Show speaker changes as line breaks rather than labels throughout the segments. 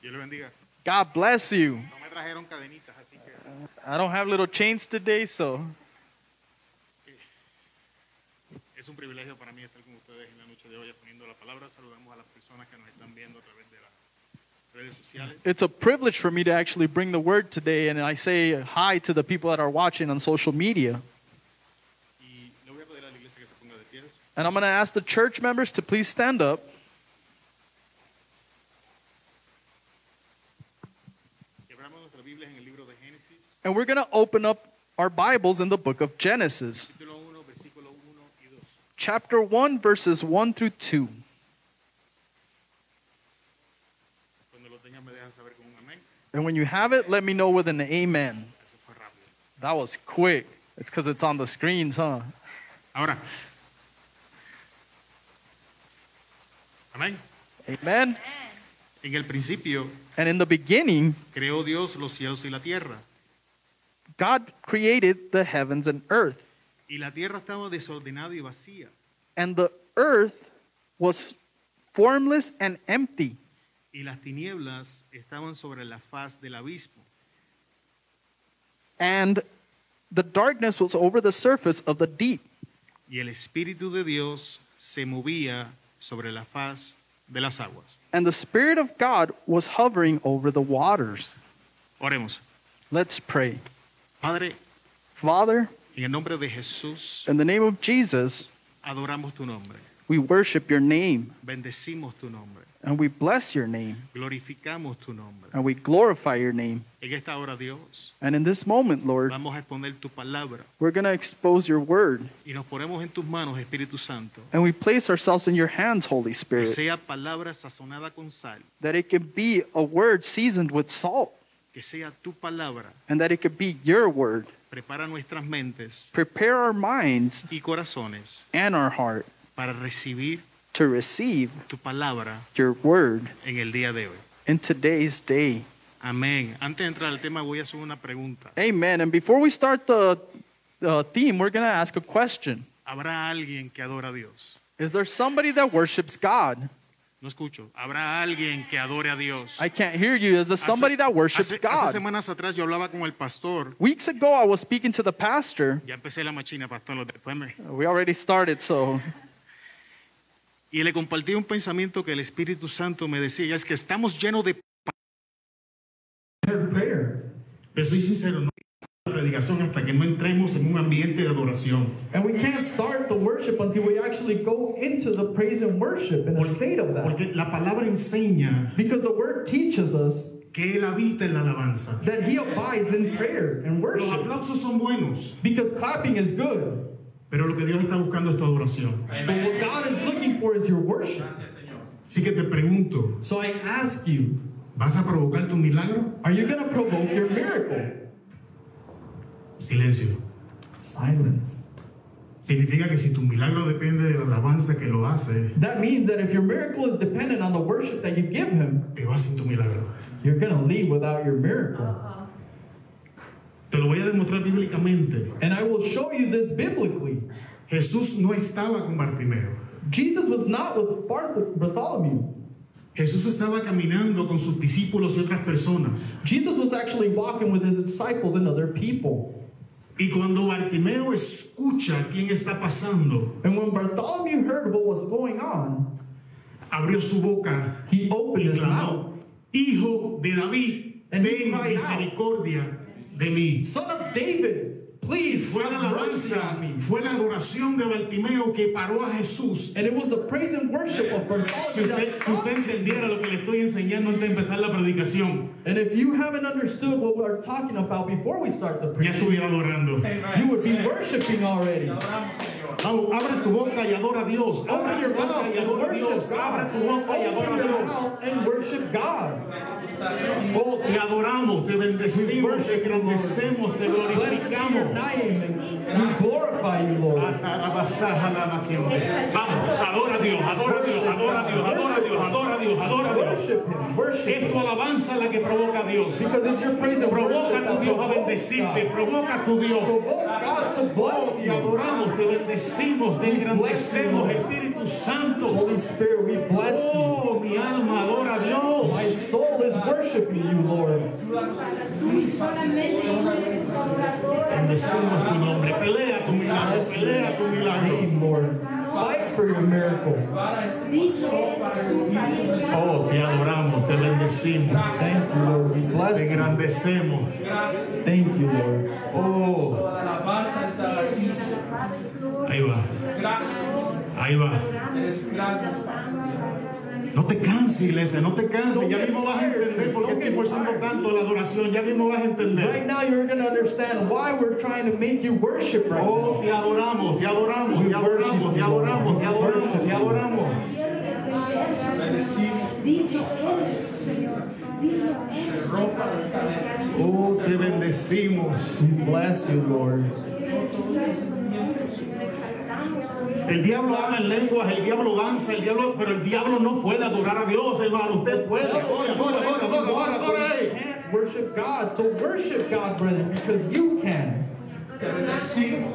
Dios le bendiga.
God bless you.
No me trajeron cadenitas, así que
I don't have little chains today, so
es un privilegio para mí estar con ustedes en la noche de hoy exponiendo la palabra. Saludamos a las personas que nos están viendo a través de las redes sociales.
it's a privilege for me to actually bring the word today. And I say hi to the people that are watching on social media.
Y le voy a pedir a la iglesia que se ponga de pie.
And I'm going to ask the church members to please stand up.
Que abramos nuestras Biblias en el libro de Génesis,
And we're going to open up our Bibles in the book of Genesis,
capítulo 1, versículo 1 y 2.
chapter 1, verses 1 through 2.
Cuando lo tengan me dejan saber con un amén.
And when you have it, let me know with an amen.
Eso fue rápido.
That was quick. It's because it's on the screens, huh?
Ahora. Amén.
Amen.
En el principio
And in the beginning,
creó Dios los cielos y la tierra.
God created the heavens and earth,
Y la tierra estaba desordenada y vacía.
and the earth was formless and empty,
Y las tinieblas estaban sobre la faz del abismo.
and the darkness was over the surface of the deep,
Y el Espíritu de Dios se movía sobre la faz de las aguas.
and the Spirit of God was hovering over the waters.
Oremos.
Let's pray.
Padre,
Father,
en el nombre de Jesús,
in the name of Jesus,
adoramos tu nombre.
we worship your name,
Bendecimos tu nombre.
and we bless your name,
Glorificamos tu nombre.
and we glorify your name.
En esta hora, Dios,
And in this moment, Lord,
vamos a exponer tu palabra
we're going to expose your word,
y nos ponemos en tus manos, Espíritu Santo.
and we place ourselves in your hands, Holy
Que
Spirit.
sea palabra sazonada con sal,
that it can be a word seasoned with salt
que sea tu palabra.
and that it could be your word.
Prepara nuestras mentes
Prepare our minds
y corazones
and our heart
para recibir
to receive
tu palabra
your word
en el día de hoy.
in today's day.
Amén. Antes de entrar al tema, voy a hacer una pregunta.
Amen. And before we start the uh, theme, we're going to ask a question
¿Habrá alguien que adora a Dios?
Is there somebody that worships God?
No escucho. ¿Habrá alguien que adore a Dios?
I can't hear you. Is there somebody that worships
hace, hace
God?
semanas atrás yo hablaba con el pastor.
Weeks ago, I was speaking to the pastor.
Ya empecé la machina, pastor. Después me-
We already started, so.
Y le compartí un pensamiento que el Espíritu Santo me decía. y Es que estamos llenos de...
heard prayer.
Pero soy sincero, no hay predicación hasta que no entremos en un ambiente de adoración.
And we can't start the worship until we actually go into the praise and worship in a state of that.
Porque la palabra enseña
Because the word teaches us
que Él habita en la alabanza.
that he abides in prayer and
Los
worship.
aplausos son buenos,
Because clapping is good,
pero lo que Dios está buscando es tu adoración.
but what God is looking for is your worship.
Así que te pregunto,
So I ask you,
¿vas a provocar tu milagro?
are you going to provoke your miracle?
Silencio.
Silence.
Significa que si tu milagro depende de la alabanza que lo hace,
That means that if your miracle is dependent on the worship that you give him,
te vas sin tu milagro.
you're going to leave without your miracle.
Te lo voy a demostrar bíblicamente.
And I will show you this biblically.
Jesús no estaba con Bartimeo.
Jesus was not with Barth- Bartholomew.
Jesús estaba caminando con sus discípulos y otras personas.
Jesus was actually walking with his disciples and other people.
Y cuando Bartimeo escucha quién está pasando,
And when Bartholomew heard what was going on,
abrió su boca
he opened
y
his mouth.
clamó, Hijo de David,
And he
ten
cried out.
misericordia de mí.
Son of David, please
Fue
have
la
mercy
alabanza,
on me.
fue la adoración de Bartimeo que paró a Jesús
And it was the praise and worship of
Si
Bartholomew
usted,
that
si usted
stopped Jesus.
entendiera lo que le estoy enseñando antes de empezar la predicación,
And if you haven't understood what we're talking about before we start the
ya
preaching,
estuviera adorando.
you would be worshiping already.
Vamos, abre tu boca y adora a Dios.
Open
Abre
your
tu boca
mouth
y
and
adora a Dios.
worship God.
Abre tu boca y adora
Open
a
your
Dios.
mouth and worship God.
Oh, te adoramos, te bendecimos, te engrandecemos, te
Blessed be your
glorificamos.
name and we glorify you, Lord.
Vamos, adora a Dios, adora a Dios, adora a Dios, adora a Dios, adora a Dios, adora a Dios.
Worship Him. Worship
Es tu
Him.
alabanza la que provoca a Dios.
Because it's your praise and
Provoca
worship
a tu
that
Dios a
provokes
bendecirte,
God.
provoca a tu Dios.
Provoke God to bless
Te
you.
adoramos, te bendecimos, te engrandecemos, Espíritu Santo.
Holy Spirit, we bless you.
Oh, mi alma adora a
My
Dios.
soul is worshiping you, Lord,
Tú solamente eres adorador.
Bendecimos tu nombre. Pelea tu milagro. Pelea tu milagro.
name, Lord. Fight for your miracle.
Bendito eres tú, Padre.
Oh, te adoramos, te bendecimos.
Thank you, Lord. We
Te
bless you.
engrandecemos.
Thank you, Lord.
Oh,
alabanza está aquí.
ahí va.
Gracias.
Ahí va.
Eres grande.
No te canses, iglesia. No te canses. Ya mismo vas a entender por qué estoy forzando tanto la adoración. Ya mismo vas a
Right
entender.
now, you're going to understand why we're trying to make you worship right now.
Oh, te adoramos, te adoramos, te adoramos, te adoramos, te adoramos, te adoramos.
Digno eres tu Señor. Digno eres tú, Padre.
Oh, te bendecimos.
We bless you, Lord.
El diablo habla en lenguas, el diablo danza, el diablo, pero el diablo no puede adorar a Dios, hermano. Usted puede. Adora, adora, adora, adora, adora, adora,
You
hey.
can't worship God, so worship God, brethren, because you can.
Te bendecimos.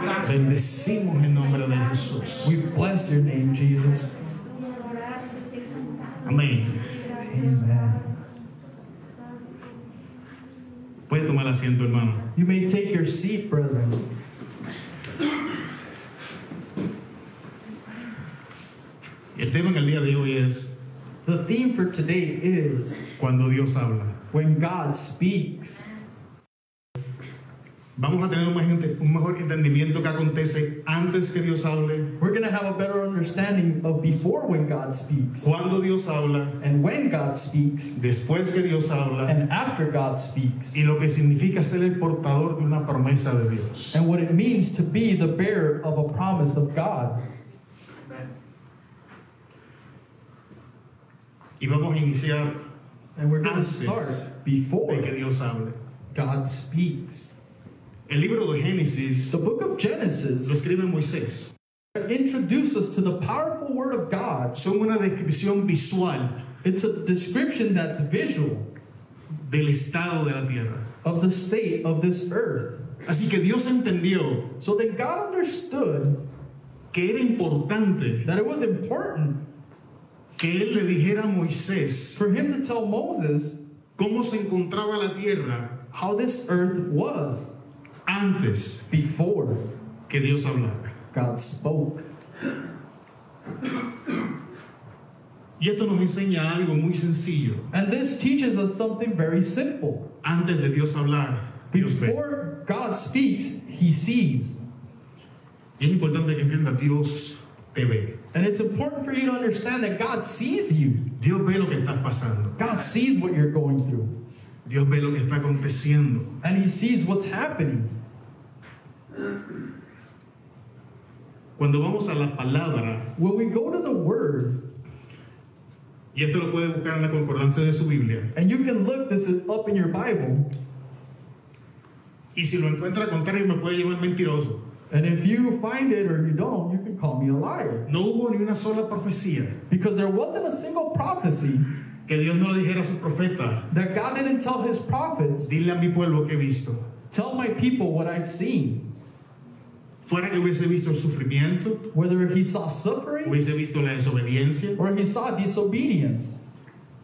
Gracias.
Bendecimos en nombre de Jesús.
We bless your name, Jesus.
Amén.
Amen.
Puede tomar asiento, hermano.
You may take your seat, brethren.
El tema en el día de hoy es
The theme for today is
cuando Dios habla.
when God speaks.
Vamos a tener un mejor ente- un mejor entendimiento que acontece antes que Dios hable,
We're going to have a better understanding of before when God speaks,
cuando Dios habla,
and when God speaks,
después que Dios habla,
and after God speaks,
y lo que significa ser el portador de una promesa de Dios.
and what it means to be the bearer of a promise of God.
Y vamos a iniciar
And we're going to
Antes
start
de que
before
Dios hable.
God speaks.
El libro de Génesis
The book of
lo
Genesis
escribe Moisés.
introduces us to the powerful word of God.
Son una descripción visual
It's a description that's visual
del estado de la tierra.
of the state of this earth.
Así que Dios entendió
So then God understood
que era importante
that it was important
que Él le dijera a Moisés
for him to tell Moses
cómo se encontraba la tierra
how this earth was
antes
before
que Dios hablara.
God spoke.
Y esto nos enseña algo muy sencillo.
And this teaches us something very simple.
Antes de Dios hablar, Dios ve.
Before God speaks, he sees.
Y es importante que entienda, Dios te ve.
And it's important for you to understand that God sees you.
Dios ve lo que estás pasando.
God sees what you're going through.
Dios ve lo que está aconteciendo.
And he sees what's happening.
Cuando vamos a la palabra,
When we go to the word,
y esto lo puede buscar en la concordancia de su Biblia,
and you can look this is up in your Bible,
y si lo encuentra contrario me puede llamar mentiroso.
and if you find it or you don't, you can call me a liar.
No hubo ni una sola profecía
Because there wasn't a single prophecy
que Dios no le dijera a su profeta,
that God didn't tell his prophets,
dile a mi pueblo que he visto.
tell my people what I've seen.
Fuera que hubiese visto el sufrimiento,
Whether he saw suffering
hubiese visto la desobediencia,
or he saw disobedience.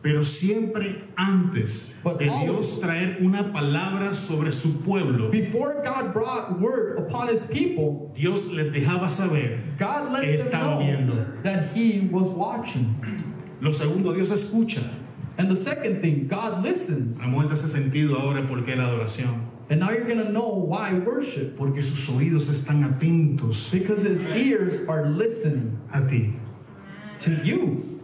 pero siempre antes de Dios traer una palabra sobre su pueblo,
Before God brought word upon his people,
Dios les dejaba saber.
God let
que
them
estaba
know
viendo.
that he was watching.
Lo segundo, Dios escucha.
And the second thing, God listens.
A muerte hace sentido ahora porque la adoración,
And now you're going to know why worship.
porque sus oídos están atentos
Because his ears are listening
a ti.
to you.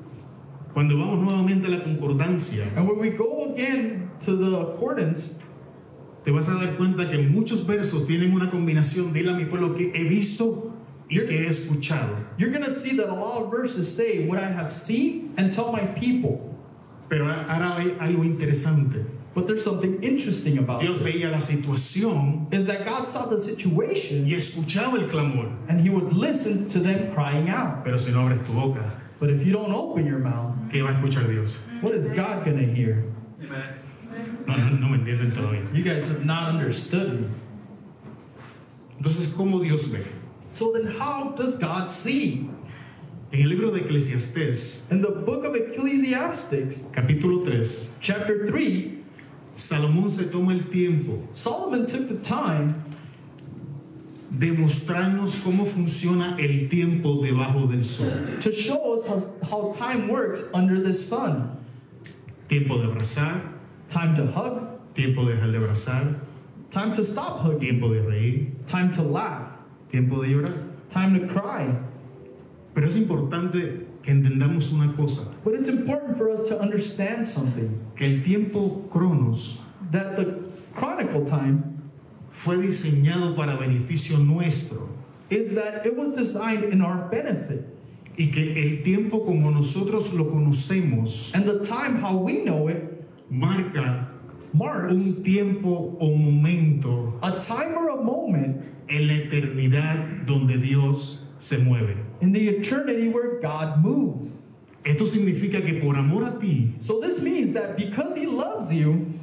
Cuando vamos nuevamente a la concordancia,
And when we go again to the accordance,
te vas a dar cuenta que muchos versos tienen una combinación de a mi pueblo que he visto y que he escuchado.
you're going to see that a lot of verses say, What I have seen and tell my people.
Pero ahora hay algo interesante.
But there's something interesting about
Dios
this.
veía la situación
Is that God saw the
y
situation
escuchaba el clamor,
and he would listen to them crying out.
pero si no abres tu boca,
But if you don't open your mouth,
¿qué va a escuchar Dios?
what is God going to hear?
No, no, no me entienden todavía.
You guys have not understood me.
Entonces, ¿cómo Dios ve?
So then, how does God see?
En el libro de Eclesiastés,
In the book of Ecclesiastics,
capítulo 3,
chapter 3,
Salomón se toma el tiempo
Solomon took the time
de mostrarnos cómo funciona el tiempo debajo del sol.
to show us how, how time works under the sun.
Tiempo de abrazar,
Time to hug,
tiempo de dejar de abrazar,
time to stop hugging,
tiempo de reír,
time to laugh,
tiempo de llorar.
time to cry.
Pero es importante que entendamos una cosa,
But it's important for us to understand something
que el tiempo Cronos
that the chronicle time
fue diseñado para beneficio nuestro
is that it was designed in our benefit.
y que el tiempo como nosotros lo conocemos
And the time, how we know it,
marca
marks
un tiempo o momento
a time or a moment
en la eternidad donde Dios se mueve.
in the eternity where God moves.
Esto significa que por amor a ti,
So this means that because He loves you,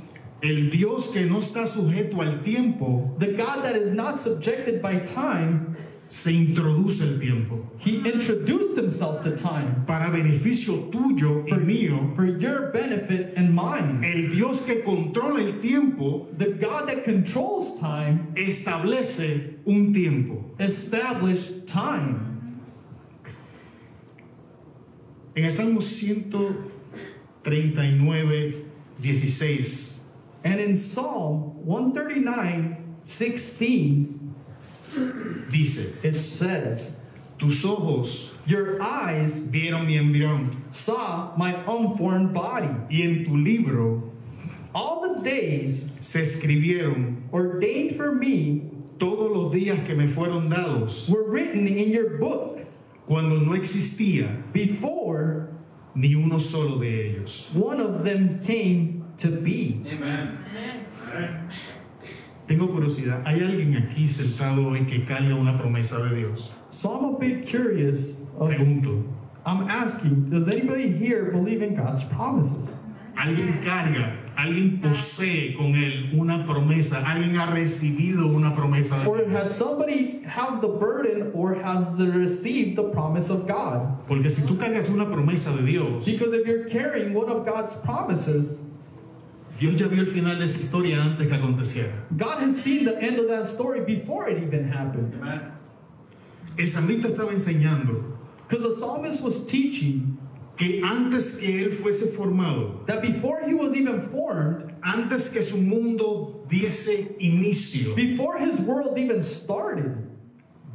el Dios que no está sujeto al tiempo,
the God that is not subjected by time,
se introduce el tiempo
He introduced Himself to time
para beneficio tuyo y mío.
for your benefit and mine.
El Dios que controla el tiempo
The God that controls time
establece un tiempo.
established time.
En el Salmo 139, 16,
And in Psalm 139, 16,
dice,
it says,
tus ojos
Your eyes
vieron mi embrión
saw my unformed body.
y en tu libro
All the days
se escribieron
ordained for me
todos los días que me fueron dados
were written in your book
cuando no existía
before
ni uno solo de ellos.
one of them came to be.
Amen.
Tengo curiosidad, ¿hay alguien aquí sentado hoy que carga una promesa de Dios?
So I'm a bit curious. Of,
Pregunto,
I'm asking, does anybody here believe in God's promises?
Alguien carga, alguien posee con él una promesa, alguien ha recibido una promesa.
Or
de Dios.
has somebody have the burden or has they received the promise of God?
Porque si tú cargas una promesa de Dios,
Because if you're carrying one of God's promises,
Dios ya vio el final de esa historia antes que aconteciera.
God has seen the end of that story before it even happened.
Amen.
El salmista estaba enseñando
Because the psalmist was teaching
que antes que él fuese formado,
that before he was even formed,
antes que su mundo diese inicio,
before his world even started,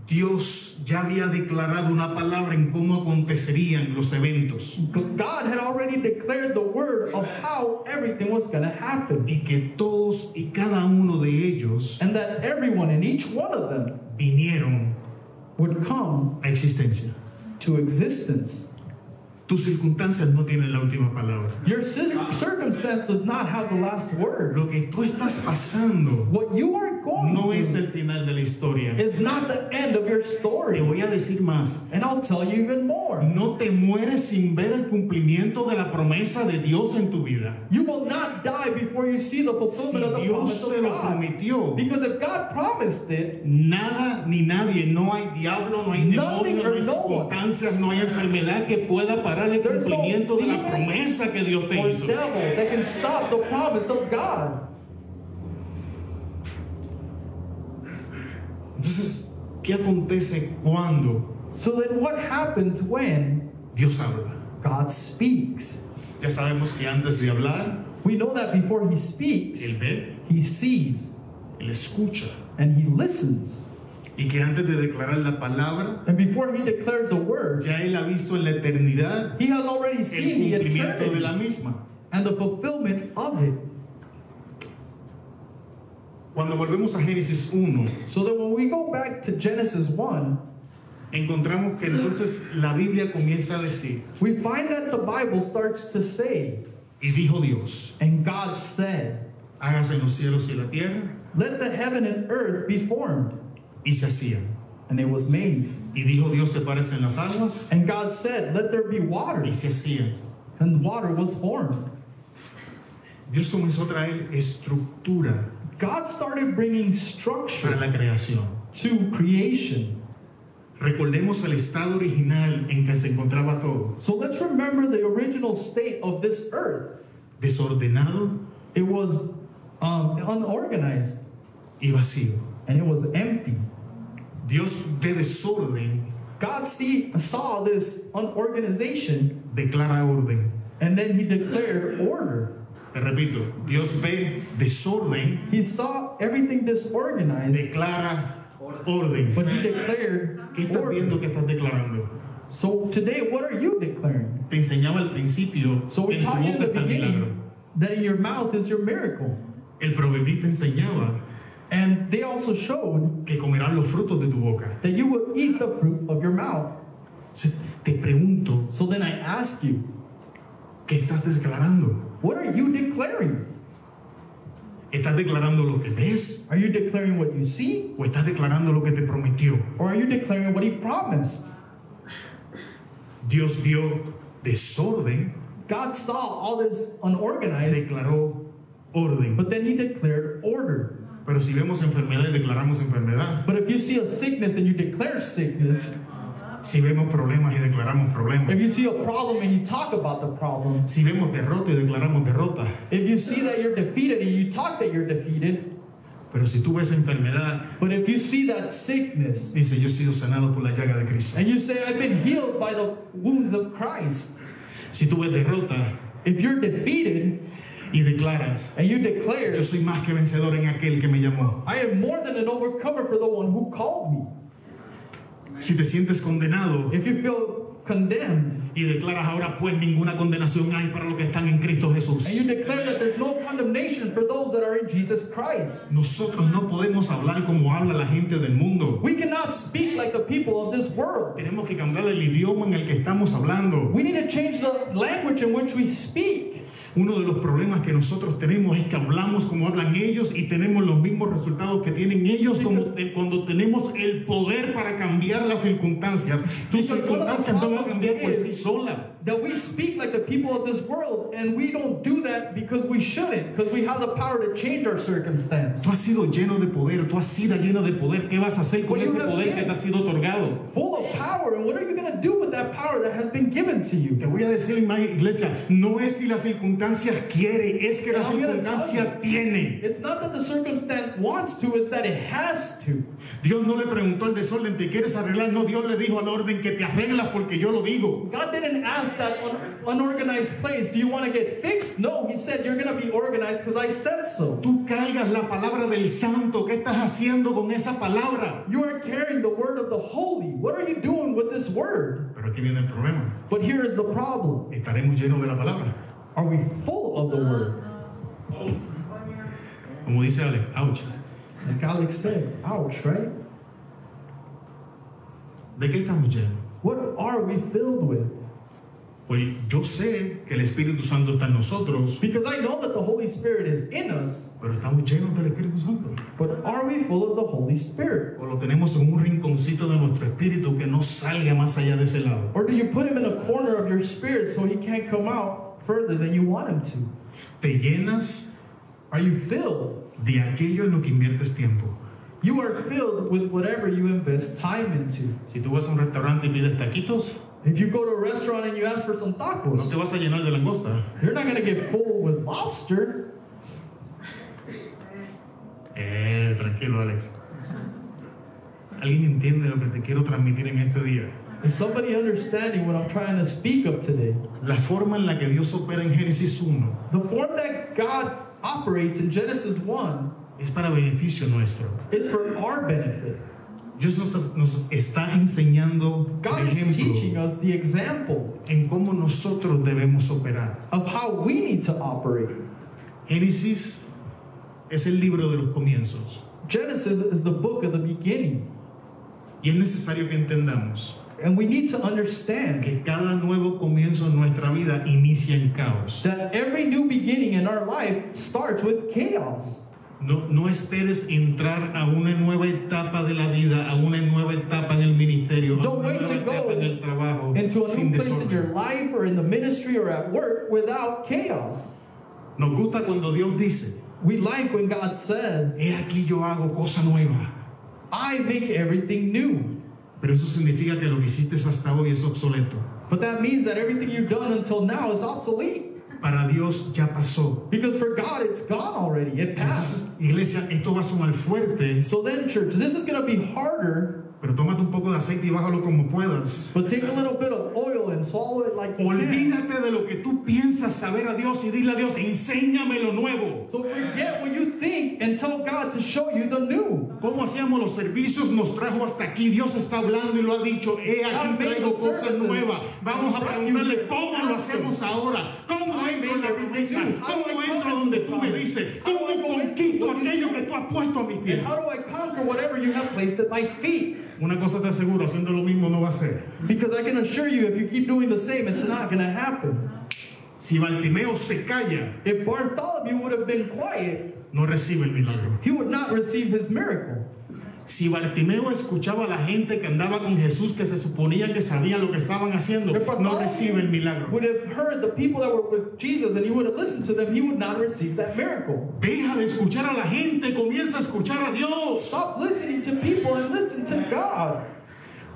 Dios ya había declarado una palabra en cómo acontecerían los eventos
G- God had already declared the word of how everything was going to happen.
y que todos y cada uno de ellos
And that everyone and each one of them
vinieron
would come
a existencia.
to existence.
Tus circunstancias no tienen la última palabra.
Your cir- circumstance does not have the last word.
Lo que tú estás pasando
What you are going
no es
through
el final de la historia.
is not the end of your
Te
story.
voy a decir más.
And I'll tell you even more.
No te mueres sin ver el cumplimiento de la promesa de Dios en tu vida.
You will not die before you see the
Si
fulfillment of the promise
Dios te
of
lo
God.
prometió,
Because if God promised it,
nada ni nadie, no hay diablo, no hay
Nothing
demonio, no
or
hay
no one.
circunstancias, no hay enfermedad que pueda parar el
There's no
cumplimiento de la
demon
promesa que Dios te
or
hizo.
devil that can stop the promise of God.
Entonces, ¿qué acontece cuando
So then what happens when
Dios habla?
God speaks?
Ya sabemos que antes de hablar,
We know that before he speaks,
Él ve,
he sees
Él escucha.
and he listens.
Y que antes de declarar la palabra,
And before he declares a word,
ya Él ha visto en la eternidad
he has already
el
seen the
cumplimiento de la
eternity
misma.
and the fulfillment of it.
Cuando volvemos a Génesis 1,
So then when we go back to Genesis 1,
encontramos que entonces la Biblia comienza a decir,
we find that the Bible starts to say,
y dijo Dios,
And God said,
hágase en los cielos y la tierra,
Let the heaven and earth be formed.
y se hacían.
And it was made.
Y dijo Dios, sepárese en las aguas,
And God said, Let there be water.
y se hacían.
And water was formed.
Dios comenzó a traer estructura
God started bringing
para
structure
la creación.
to creation.
Recordemos el estado original en que se encontraba todo.
So let's remember the original state of this earth.
Desordenado
It was um, unorganized
y vacío.
and it was empty.
Dios ve desorden,
God see, saw this unorganization
declara orden.
and then he declared order.
Te repito, Dios ve desorden,
He saw everything disorganized,
declara orden.
but he declared
¿Qué estás
order.
viendo que estás declarando?
So today, what are you declaring?
Te enseñaba al principio,
So we
en tu
taught you in
boca
the
está el milagro.
beginning that in your mouth is your miracle.
El proverbista enseñaba
And they also showed
que comerás los frutos de tu boca.
that you will eat the fruit of your mouth.
Entonces, Te pregunto,
So then I ask you,
¿qué estás declarando?
what are you declaring?
¿Estás declarando lo que ves?
Are you declaring what you see?
¿O estás declarando lo que te prometió?
Or are you declaring what he promised?
Dios vio desorden,
God saw all this unorganized,
declaró orden.
but then he declared order.
Pero si vemos enfermedad, declaramos enfermedad.
But if you see a sickness and you declare sickness,
Si vemos problemas y declaramos problemas.
if you see a problem and you talk about the problem,
Si vemos derrota y declaramos derrota.
if you see that you're defeated and you talk that you're defeated,
Pero si tú ves enfermedad,
but if you see that sickness
dice yo he sido sanado por la llaga de Cristo.
and you say, I've been healed by the wounds of Christ,
Si tú ves derrota
if you're defeated
y declaras
and you declare,
yo soy más que vencedor en aquel que me llamó.
I am more than an overcomer for the one who called me.
Si te sientes condenado
If you feel condemned
y declaras ahora pues ninguna condenación hay para los que están en Cristo Jesús.
and you declare that there's no condemnation for those that are in Jesus Christ,
Nosotros no podemos hablar como habla la gente del mundo.
we cannot speak like the people of this world.
Tenemos que cambiar el idioma en el que estamos hablando.
We need to change the language in which we speak.
Uno de los problemas que nosotros tenemos es que hablamos como hablan ellos y tenemos los mismos resultados que tienen ellos como- eh, cuando tenemos el poder para cambiar las circunstancias. Tus
Because one of the
circunstancias no van a cambiar por sí
problems is-
sola.
That we speak like the people of this world, and we don't do that because we shouldn't, because we have the power to change our circumstance.
Tú has sido lleno de poder, tú has sido lleno de poder. ¿Qué vas a hacer con
Well, you
ese
have
poder que
been.
te ha sido otorgado?
Full of power, and what are you going to do with that power that has been given to
Te
you?
voy a decir, hermana iglesia, no es si las circunstancias quiere, es que la
I'm gonna tell
circunstancia tiene.
It's not that the circumstance wants to, it's that it has to.
Dios no le preguntó al desorden, ¿te quieres arreglar? No, Dios le dijo al orden que te arreglas porque yo lo digo.
God didn't ask that un- unorganized place, do you want to get fixed? No, He said, you're going to be organized because I said so.
Tú cargas la palabra del santo, ¿qué estás haciendo con esa palabra?
You are carrying the word of the holy. What are you doing with this word?
Pero aquí viene el problema,
But here is the problem
estaremos llenos de la palabra.
Are we full of the word?
Como dice Alex, ouch.
Like Alex said, ouch, right?
¿De qué estamos llenos?
What are we filled with?
Pues yo sé que el Espíritu Santo está en nosotros,
Because I know that the Holy Spirit is in us,
pero estamos llenos del Espíritu Santo.
but are we full of the Holy Spirit?
O lo tenemos en un rinconcito de nuestro espíritu que no salga más allá de ese lado.
Or do you put him in a corner of your spirit so he can't come out further than you want him to?
Te llenas
Are you filled?
de aquello en lo que inviertes tiempo.
You are filled with whatever you invest time into.
Si tú vas a un restaurante y pides taquitos,
If you go to a restaurant and you ask for some
no
tacos,
te vas a llenar de langosta.
you're not gonna get full with lobster.
Eh, tranquilo, Alex. ¿Alguien entiende lo que te quiero transmitir en este día?
Is somebody understanding what I'm trying to speak of today?
La forma en la que Dios opera en Génesis 1
The form that God operates in Genesis 1
es para beneficio nuestro.
is for our benefit.
Dios nos, nos está enseñando
God
el
is teaching
ejemplo
us the example
en cómo nosotros debemos operar.
of how we need to operate.
Génesis es el libro de los comienzos
Genesis is the book of the beginning,
y es necesario que entendamos
and we need to understand
que cada nuevo comienzo en nuestra vida inicia en caos.
that every new beginning in our life starts with chaos.
No, no esperes entrar a una nueva etapa de la vida, a una nueva etapa en el ministerio, a
Don't
una
wait
nueva
to go
etapa en el trabajo
into a
sin
new place in your
desorden.
life or in the ministry or at work without chaos.
Nos gusta cuando Dios dice,
We like when God says,
he aquí yo hago cosa nueva.
I make everything new.
Pero eso significa que lo que hiciste hasta hoy es obsoleto.
But that means that everything you've done until now is obsolete.
Para Dios ya pasó.
Because for God, it's gone already, it passed.
Entonces, iglesia, esto va a sonar fuerte,
So then, church, this is going to be harder,
pero tómate un poco de aceite y bájalo como puedas.
but take a little bit of oil and swallow it like you can.
Olvídate de lo que tú piensas saber a Dios y dile a Dios, enséñame lo nuevo.
So forget what you think and tell God to show you the new.
¿Cómo hacíamos los servicios? Nos trajo hasta aquí. Dios está hablando y lo ha dicho. He aquí traigo cosas nuevas. Vamos a preguntarle cómo lo hacemos ahora. ¿Cómo entro en la promesa? ¿Cómo entro donde tú me dices? ¿Cómo conquisto aquello que tú has puesto a mis
And
pies?
how do I conquer whatever you have placed at my feet?
Una cosa te aseguro, haciendo lo mismo no va a ser.
Because I can assure you, if you keep doing the same, it's not going to happen.
Si Bartimeo se calla,
If Bartholomew would have been quiet,
no recibe el milagro.
he would not receive his miracle.
Si Bartimeo escuchaba a la gente que andaba con Jesús, que se suponía que sabía lo que estaban haciendo,
If
no recibe el
Bartholomew
milagro.
would have heard the people that were with Jesus and he would have listened to them, he would not receive that miracle.
Deja de escuchar a la gente, comienza a escuchar a Dios.
Stop listening to people and listen to God.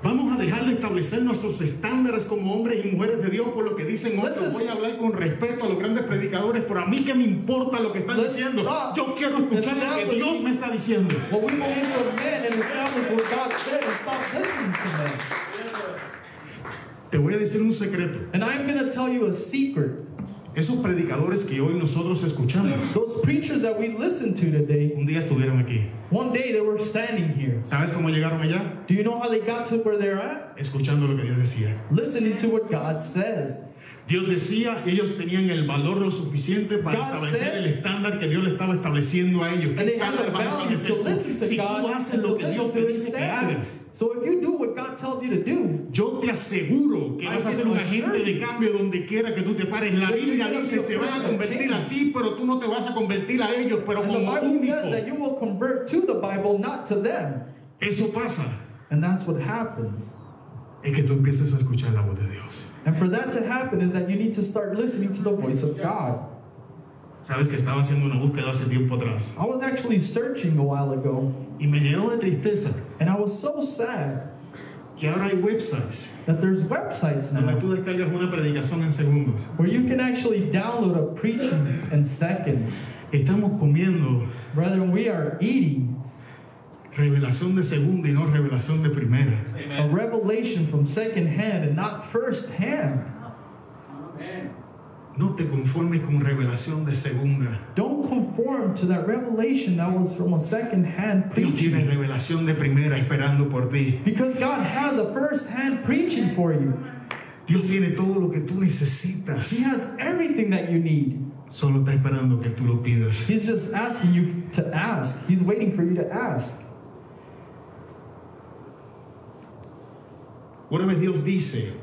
Vamos a dejar de establecer nuestros estándares como hombres y mujeres de Dios por lo que dicen otros. Voy a hablar con respeto a los grandes predicadores, pero a mí que me importa lo que están diciendo. Yo quiero escuchar lo que Dios me está diciendo.
What we believe in men and establish what God said and stop listening to them.
Te voy a decir un secreto.
And I'm going to tell you a secret.
Esos predicadores que hoy nosotros escuchamos,
Those preachers that we listened to today,
un día estuvieron aquí.
one day they were standing here.
¿Sabes cómo llegaron allá?
Do you know how they got to where they're at?
Escuchando lo que Dios decía.
Listening to what God says.
Dios decía, ellos tenían el valor lo suficiente para
God
establecer
said-
el estándar que Dios le estaba estableciendo a ellos. ¿Qué
And they have
estándar
the
vas a
value to
establecer
listen
tú?
to
Si tú
God
haces
and to
lo que
listen
Dios te
to His
dice que hagas,
standards. So if you do what God tells you to do,
yo te aseguro que
I
vas a
can
ser un
assure
agente de
you.
cambio donde quiera que tú te pares. La
But
Biblia
you're gonna
dice,
be a
se van a
person of
convertir a
change.
ti, pero tú no te vas a convertir a ellos, pero
and the
como
Bible says that
único.
you will convert to the Bible, not to them.
Eso pasa.
And that's what happens.
Es que tú empieces a escuchar la voz de Dios.
And for that to happen is that you need to start listening to the voice of God.
Sabes que estaba haciendo una búsqueda hace tiempo atrás
I was actually searching a while ago,
y me llenó de tristeza
and I was so sad
que ahora hay websites
that there's websites
donde
now
tú descargas una predicación en segundos.
where you can actually download a preaching in seconds.
Estamos comiendo
Brethren, we are eating
revelación de segunda y no revelación de primera.
a revelation from second hand and not first hand.
No te conformes con revelación de segunda.
Don't conform to that revelation that was from a second hand
Dios tiene
preaching.
revelación de primera esperando por ti.
Because God has a first hand preaching for you.
Dios tiene todo lo que tú
He
necesitas.
has everything that you need.
Solo está esperando que tú lo pidas.
He's just asking you to ask. He's waiting for you to ask.
Una vez Dios dice,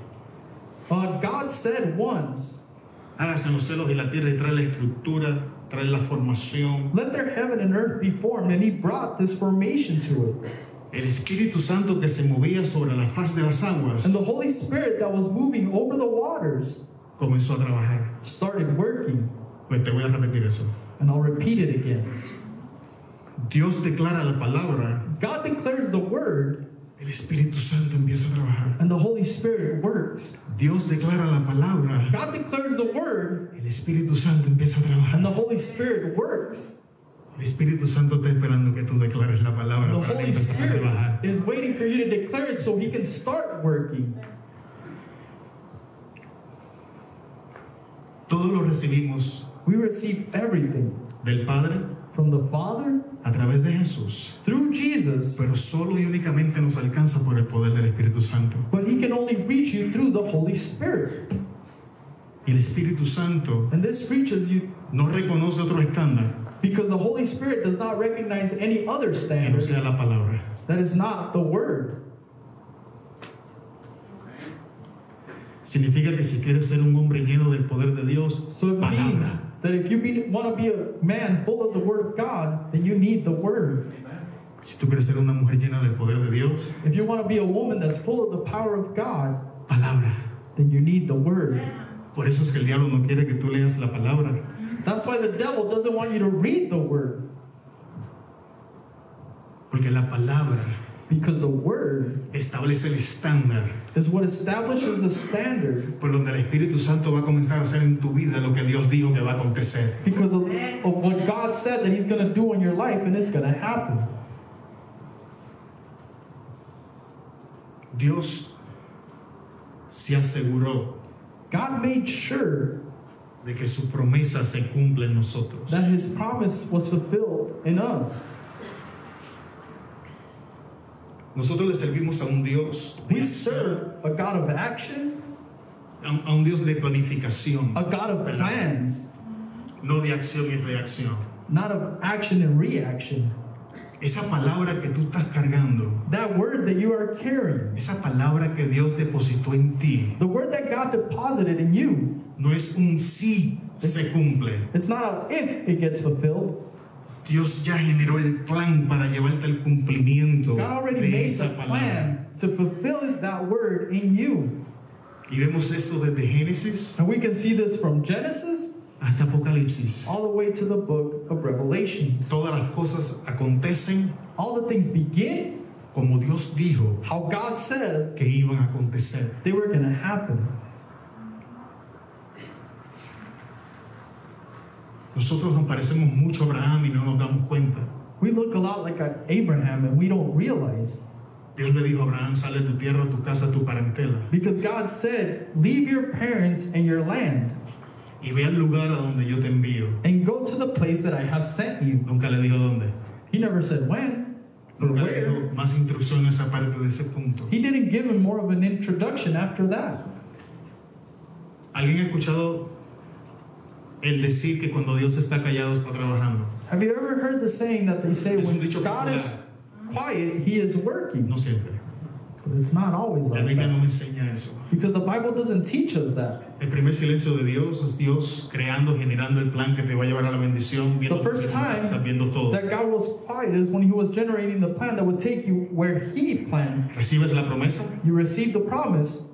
Uh, God said once,
hágase en los cielos y la tierra y trae la estructura, trae la formación.
Let there heaven and earth be formed, and He brought this formation to it.
El Espíritu Santo que se movía sobre la faz de las aguas
And the Holy Spirit that was moving over the waters
comenzó a trabajar.
started working.
Pues te voy a repetir eso.
And I'll repeat it again.
Dios declara la palabra,
God declares the word,
el Espíritu Santo empieza a trabajar.
and the Holy Spirit works.
Dios declara la palabra,
God declares the word,
el Espíritu Santo empieza a trabajar.
and the Holy Spirit works.
El Espíritu Santo está esperando que tú declares la palabra
The
para
Holy
empezar a
Spirit
trabajar.
is waiting for you to declare it so He can start working.
Todo lo recibimos
We receive everything
del Padre
from the Father
a través de Jesús,
through Jesus,
pero solo y únicamente nos alcanza por el poder del Espíritu Santo.
but He can only reach you through the Holy Spirit.
Y el Espíritu Santo
And this reaches you
no reconoce otro estándar
because the Holy Spirit does not recognize any other
que no
standard
sea la palabra.
that is not the Word.
Significa que si quieres ser un hombre lleno del poder de Dios,
So it means
palabra.
that if you be, want to be a man full of the Word of God, then you need the Word.
Si tú quieres ser una mujer llena del poder de Dios,
If you want to be a woman that's full of the power of God,
palabra.
then you need the Word.
Por eso es que el diablo no quiere que tú leas la palabra.
That's why the devil doesn't want you to read the Word
Porque la palabra
Because the Word
establece el estándar
is what establishes the standard.
por donde el Espíritu Santo va a comenzar a hacer en tu vida lo que Dios dijo que va a acontecer.
Because of, of what God said that He's going to do in your life, and it's going to happen.
Dios se aseguró
God made sure
de que su promesa se cumple en nosotros.
that His promise was fulfilled in us.
Nosotros le servimos a un Dios, de
We
acción,
serve a God of action,
a un, a un Dios de planificación,
a God of plans,
no de acción y reacción.
not of action and reaction.
Esa palabra que tú estás cargando,
That word that you are carrying,
esa palabra que Dios depositó en ti,
the word that God deposited in you,
no es un sí se cumple.
it's not a if it gets fulfilled.
Dios ya generó el plan para llevarte al cumplimiento
God already
de
made a
esa palabra.
plan to fulfill that word in you.
Y vemos esto desde Génesis
And we can see this from Genesis
hasta Apocalipsis.
all the way to the book of Revelations.
Todas las cosas acontecen
All the things begin
como Dios dijo
how God says
que iban a acontecer.
they were going to happen.
Nosotros nos parecemos mucho a Abraham y no nos damos cuenta.
We look a lot like Abraham and we don't realize
Dios le dijo a Abraham, sale de tu tierra, tu casa, tu parentela
because God said, Leave your parents and your land
y ve al lugar a donde yo te envío.
and go to the place that I have sent you.
Nunca le dijo dónde.
He never said when or
Nunca le
where.
dijo más instrucción en esa parte de ese punto.
He didn't give him more of an introduction after that.
¿Alguien ha escuchado el decir que cuando Dios está callado está trabajando?
Have you ever heard the saying that they say
Es un
when
dicho
God is quiet, he is working?
No siempre.
But it's not always
La
like
Biblia no
that.
me enseña eso.
Because the Bible doesn't teach us that.
El primer silencio de Dios es Dios creando, generando el plan que te va a llevar a la bendición, viendo
The
tus
first
circunstancias,
time
viendo todo.
That God was quiet is when he was generating the plan that would take you where he planned.
Recibes la promesa
You receive the promise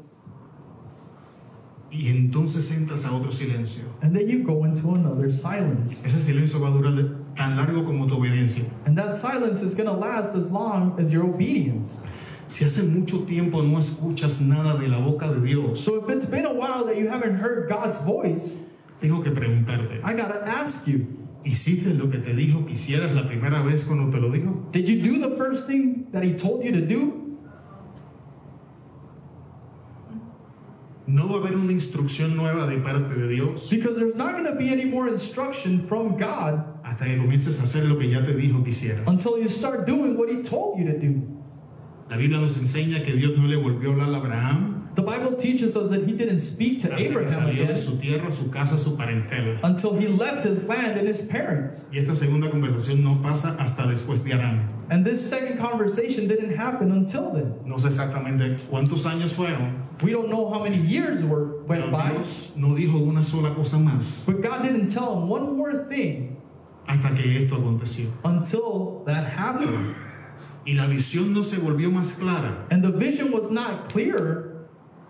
y entonces entras a otro silencio.
and then you go into another silence.
Ese silencio va a durar tan largo como tu obediencia.
And that silence is going to last as long as your obedience.
Si hace mucho tiempo no escuchas nada de la boca de Dios,
So if it's been a while that you haven't heard God's voice,
tengo que preguntarte,
I gotta ask you,
¿hiciste lo que te dijo que hicieras la primera vez cuando te lo dijo?
did you do the first thing that he told you to do?
No va a haber una instrucción nueva de parte de Dios
Because there's not gonna be any more instruction from God
hasta que comiences a hacer lo que ya te dijo que hicieras.
until you start doing what he told you to do.
La Biblia nos enseña que Dios no le volvió a hablar a Abraham
The Bible teaches us that he didn't speak to
hasta que
Abraham
salió de
again
su tierra, su casa, su parentela.
until he left his land and his parents.
Y esta segunda conversación no pasa hasta después de Aram.
And this second conversation didn't happen until then.
No sé exactamente cuántos años fueron,
We don't know how many years were went
Pero
by,
Dios no dijo una sola cosa más
but God didn't tell him one more thing
hasta que esto aconteció.
until that happened.
Y la visión no se volvió más clara
And the vision was not clearer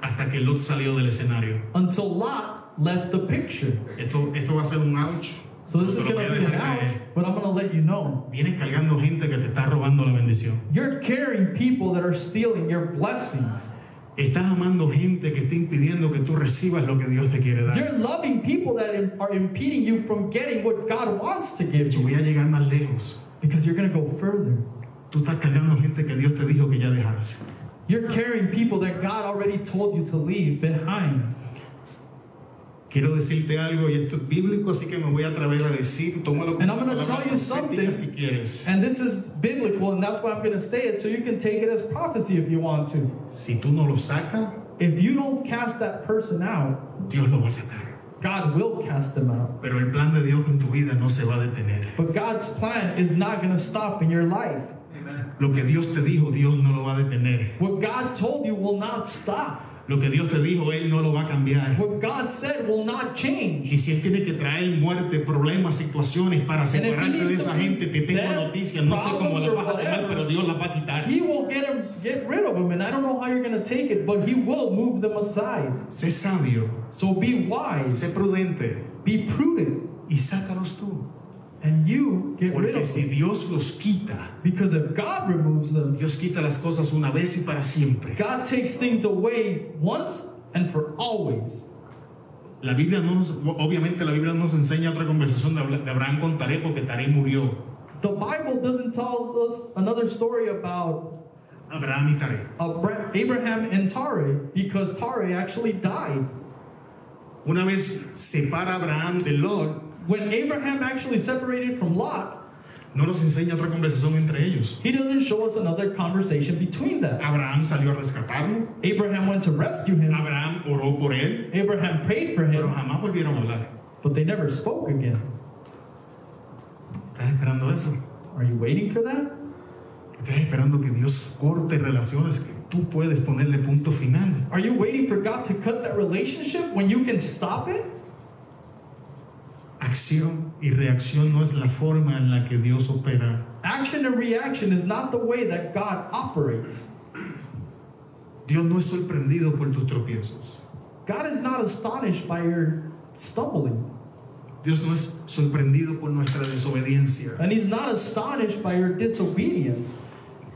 hasta que Lot salió del escenario.
until Lot left the picture.
Esto, esto va a ser un ouch.
So this
Te
is
lo voy
going
a
to be an
dejar
out,
caer.
but I'm going to let you know.
Vienes cargando gente que te está robando la bendición.
You're carrying people that are stealing your blessings.
Estás amando gente que está impidiendo que tú recibas lo que Dios te quiere dar.
You're loving people that im- are impeding you from getting what God wants to give
Yo
you
voy a llegar más lejos.
because you're going to go further.
Tú estás cargando gente que Dios te dijo que ya dejaras.
You're carrying people that God already told you to leave behind.
Quiero decirte algo y esto es bíblico, así que me voy a atrever a decir, tómalo como
And I'm
una
gonna
palabra
tell you something.
profética si quieres.
And this is biblical, and that's why I'm going to say it so you can take it as prophecy if you want to.
Si tú no lo sacas,
If you don't cast that person out,
Dios lo va a sacar.
God will cast them out.
Pero el plan de Dios en tu vida no se va a detener.
But God's plan is not going to stop in your life.
Amen.
Lo que Dios te dijo, Dios no lo va a detener.
What God told you will not stop.
Lo que Dios te dijo, Él no lo va a cambiar.
What God said will not
Y
change.
si Él tiene que traer muerte, problemas, situaciones para
And if he
separarte de
needs
esa
to
gente, te tengo
death,
noticias. No sé cómo la
problems
vas a
or
tomar,
whatever,
pero Dios la va a quitar.
He will get him, get rid of them, and I don't know how you're going to take it, but He will move them aside.
Sé sabio,
So
sé
be wise,
prudente
be prudent,
y sácalos tú.
and you get rid
Porque
of them.
si Dios los quita,
Because if God removes them,
Dios quita las cosas una vez y para siempre.
God takes things away once and for always.
La Biblia no nos, obviamente la Biblia nos enseña otra conversación de Abla- de Abraham con Taré porque Taré murió.
The Bible doesn't tell us another story about
Abraham y Taré.
Abra- Abraham and Tare because Tare actually died.
Una vez separa Abraham de Lot,
When Abraham actually separated from Lot,
no nos enseña otra conversación entre ellos.
he doesn't show us another conversation between them.
Abraham salió a rescatarlo,
Abraham went to rescue him.
Abraham oró por él,
Abraham prayed for
pero
him,
jamás volvieron a hablar.
but they never spoke again.
¿Estás esperando eso?
Are you waiting for that?
¿Estás esperando que Dios corte relaciones que tú puedes ponerle punto final?
Are you waiting for God to cut that relationship when you can stop it?
Acción y reacción no es la forma en la que Dios opera.
Action and reaction is not the way that God operates.
Dios no es sorprendido por tus tropiezos.
God is not astonished by your stumbling,
Dios no es sorprendido por nuestra desobediencia.
and He's not astonished by your disobedience.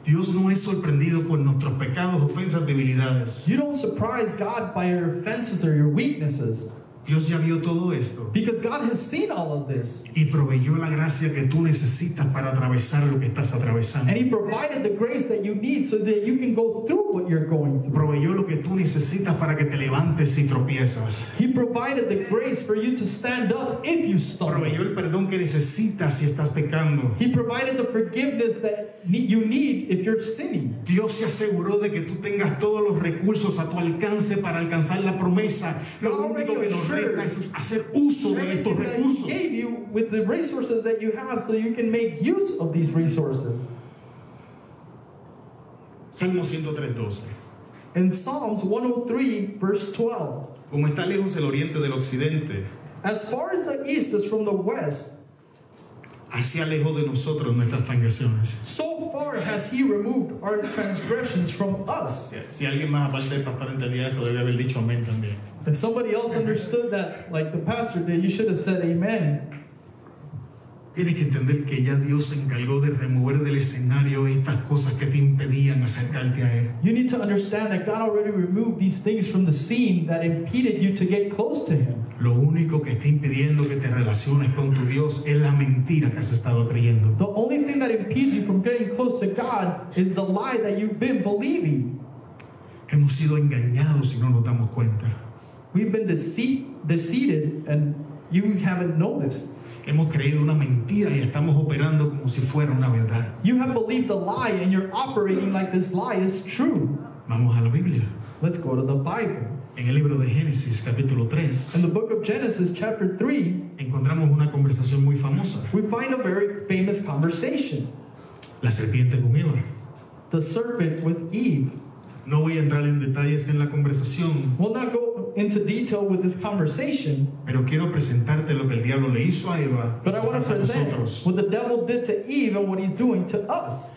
Dios no es sorprendido por nuestros pecados, ofensas, debilidades.
You don't surprise God by your offenses or your weaknesses
Dios ya vio todo esto
because God has seen all of this,
y proveyó la gracia que tú necesitas para atravesar lo que estás atravesando.
and He provided the grace that you need so that you can go through what you're going through.
Proveyó lo que tú necesitas para que te levantes si tropiezas.
He provided the grace for you to stand up if you
Proveyó
stumble.
el perdón que necesitas si estás pecando.
He provided the forgiveness that ne- you need if you're sinning.
Dios se aseguró de que tú tengas todos los recursos a tu alcance para alcanzar la promesa. Lo único que nos resta es hacer uso de estos
Everything that He
recursos.
gave you with the resources that you have so you can make use of these resources.
Salmo 103.12.
In Psalms 103, verse 12,
Como está lejos el oriente del occidente,
as far as the east is from the west,
así alejó de nosotros nuestras transgresiones.
so far has he removed our transgressions from us.
Si, si alguien más aparte del pastor entendía eso, debe haber dicho amén también.
If somebody else understood that, like the pastor did, you should have said amen.
Tienes que entender que ya Dios se encargó de remover del escenario estas cosas que te impedían acercarte a Él.
You need to understand that God already removed these things from the scene that impeded you to get close to him.
Lo único que está impidiendo que te relaciones con tu Dios es la mentira que has estado creyendo.
The only thing that impedes you from getting close to God is the lie that you've been believing.
Hemos sido engañados y no nos damos cuenta.
We've been deceit, deceived, and you haven't noticed.
Hemos creído una mentira y estamos operando como si fuera una verdad.
You have believed a lie, and you're operating like this lie is true.
Vamos a la Biblia.
Let's go to the Bible.
En el libro de Génesis capítulo 3
In the book of Genesis, chapter 3,
encontramos una conversación muy famosa.
we find a very famous conversation
La serpiente con Eva.
the serpent with Eve.
No voy a entrar en detalles en la conversación,
We'll not go into detail with this conversation,
pero quiero presentarte lo que el diablo le hizo a Eva y
but I
nos
want to
hace a
present
nosotros.
what the devil did to Eve and what he's doing to us.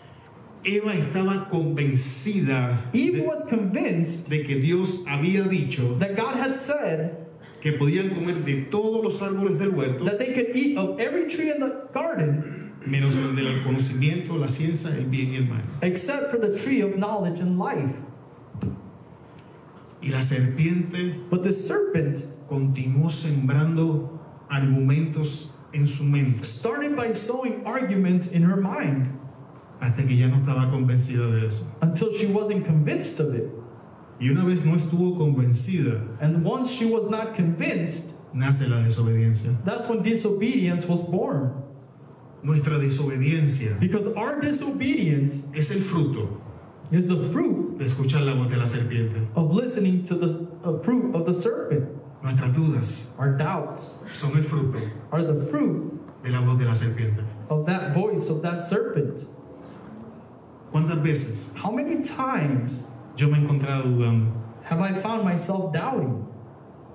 Eva estaba convencida
Eve
de,
was convinced
de que Dios había dicho
that God had said
que podían comer de todos los árboles del huerto,
that they could eat of every tree in the garden
menos el del conocimiento, la ciencia, el bien y el mal.
except for the tree of knowledge and life.
Y la serpiente
But the serpent
continuó sembrando argumentos en su mente
started by sowing arguments in her mind
hasta que ya no estaba convencida de eso.
until she wasn't convinced of it.
Y una vez no estuvo convencida,
And once she was not convinced,
nace la desobediencia.
that's when disobedience was born.
Nuestra desobediencia
Because our disobedience
es el fruto
is the fruit
de escuchar la voz de la serpiente.
of listening to the uh, fruit of the serpent.
Nuestras dudas
Our doubts
son el fruto
are the fruit
de la voz de la serpiente.
of that voice of that serpent.
¿Cuántas veces
How many times
yo me he encontrado dudando?
have I found myself doubting?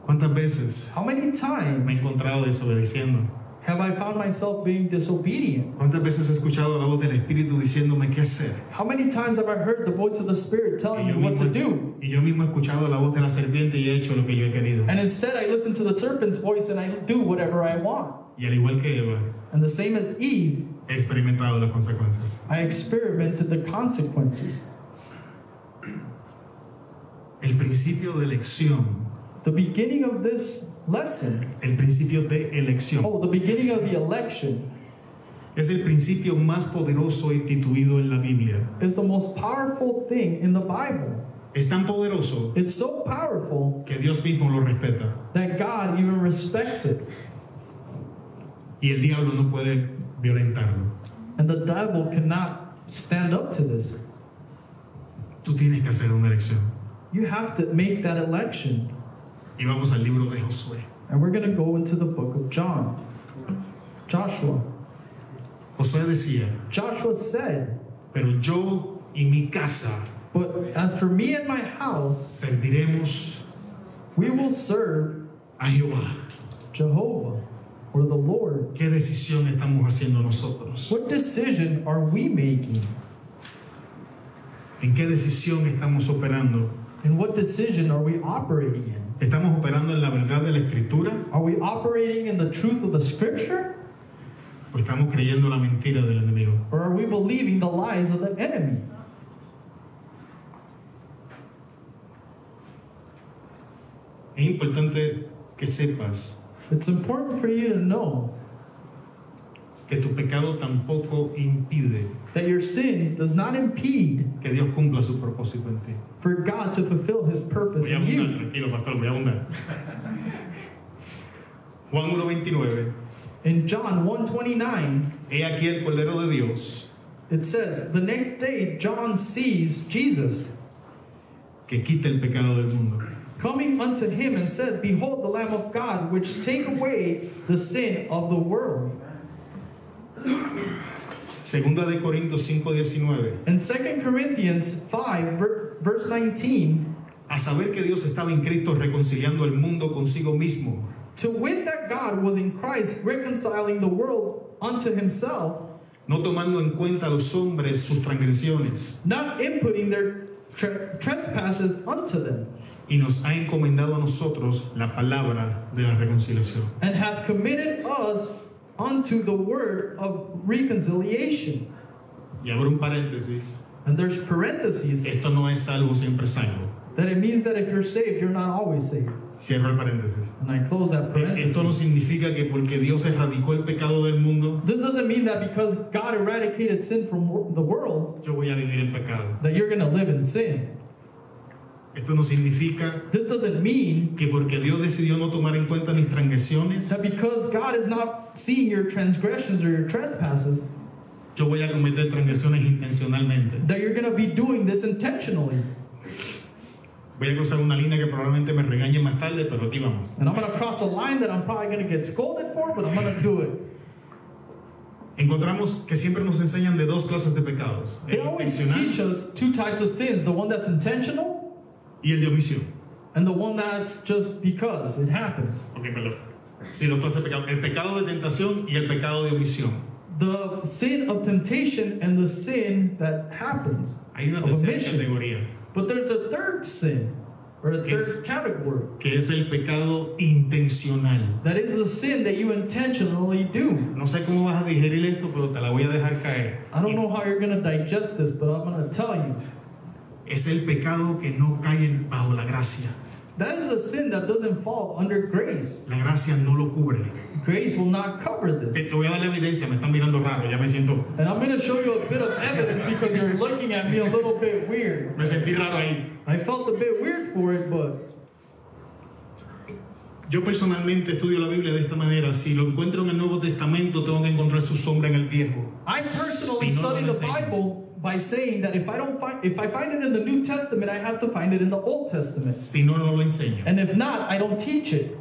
¿Cuántas veces
How many
me he
times
encontrado desobedeciendo?
have I found myself being disobedient?
¿Cuántas veces he escuchado la voz del Espíritu diciéndome qué hacer?
How many times have I heard the voice of the Spirit telling
Y
me
yo,
what to do?
mismo, y yo mismo he escuchado la voz de la serpiente y he hecho lo que yo he querido.
And instead, I listen to the serpent's voice and I do whatever I want.
Y al igual que Eva,
And the same as Eve,
he experimentado las consecuencias.
I experimented the consequences.
El principio de elección,
The beginning of this lesson,
el principio de elección,
oh, the beginning of the election,
es el principio más poderoso instituido en la Biblia.
is the most powerful thing in the Bible.
Es tan poderoso
It's so powerful
que Dios mismo lo respeta.
that God even respects it,
Y el diablo no puede violentarlo.
and the devil cannot stand up to this.
Tú tienes que hacer una elección.
You have to make that election.
Y vamos al libro de Josué.
And we're going to go into the book of John. Joshua.
Josué decía,
Joshua said,
pero yo y mi casa
But as for me and my house,
serviremos
we will serve
a Jehová.
Jehovah or the Lord.
¿Qué decisión estamos haciendo nosotros?
What decision are we making?
¿En qué decisión estamos operando?
And what decision are we operating in?
¿Estamos operando en la verdad de la Escritura
Are we operating in the truth of the scripture
o estamos creyendo la mentira del enemigo?
or are we believing the lies of the enemy?
Es importante que sepas
It's important for you to know
que tu pecado tampoco impide
that your sin does not impede
que Dios cumpla su propósito en ti.
for God to fulfill his purpose
Voy a
in
abundar,
you.
tranquilo, pastor, voy a abundar. Juan 1.29,
In John 1:29,
he aquí el Cordero de Dios
it says, "The next day John sees Jesus
que quita el pecado del mundo.
coming unto him and said, Behold the Lamb of God, which take away the sin of the world."
Segunda de Corintios 5.19,
In 2 Corinthians 5 ver- verse 19,
a saber que Dios estaba en Cristo reconciliando al mundo consigo mismo,
to wit that God was in Christ reconciling the world unto himself,
no tomando en cuenta a los hombres sus transgresiones,
not inputting their tre- trespasses unto them,
y nos ha encomendado a nosotros la palabra de la reconciliación.
and hath committed us unto the word of reconciliation.
Y abro un paréntesis,
And there's parentheses
esto no es salvo siempre salvo.
that it means that if you're saved, you're not always saved.
Cierro el paréntesis.
And I close that parenthesis.
Eh, Esto no significa que porque Dios erradicó el pecado del mundo,
This doesn't mean that because God eradicated sin from wor- the world,
yo voy a vivir en pecado.
that you're going to live in sin.
Esto no significa
This doesn't mean
que porque Dios decidió no tomar en cuenta mis transgresiones,
that because God is not seeing your transgressions or your trespasses,
yo voy a cometer transgresiones intencionalmente.
that you're going to be doing this intentionally.
Voy a cruzar una línea que probablemente me regañe más tarde, pero aquí vamos.
And I'm going to cross a line that I'm probably going to get scolded for, but I'm going to do it.
Encontramos que siempre nos enseñan de dos clases de pecados.
They
El
always
intencional
teach us two types of sins the one that's intentional
y el de omisión.
and the one that's just because it happened.
Ok, perdón. Sí, dos clases de pecado. El pecado de tentación y el pecado de omisión.
The sin of temptation and the sin that happens.
Hay una
Of
tercera
omisión.
categoría,
But there's a third sin, or a third
Yes.
category.
que es el pecado intencional.
That is a sin that you intentionally do.
No sé cómo vas a digerir esto, pero te la voy a dejar caer.
I don't know how you're going to digest this, but I'm going to tell you.
Es el pecado que no cae bajo la gracia.
That is a sin that doesn't fall under grace.
La gracia no lo cubre.
Grace will not cover
Te,
this.
te voy a dar la evidencia, me están mirando raro, ya me siento...
And I'm going to show you a bit of evidence because you're looking at me a little bit weird.
Me sentí raro ahí.
I felt a bit weird for it, but
Yo personalmente estudio la Biblia de esta manera. Si lo encuentro en el Nuevo Testamento, tengo que encontrar su sombra en el Viejo.
I personally
Si no,
study
no
the
enseña.
Bible by saying that if I don't find if I find it in the New Testament, I have to find it in the Old Testament.
Si no, no lo enseño.
And if not, I don't teach it.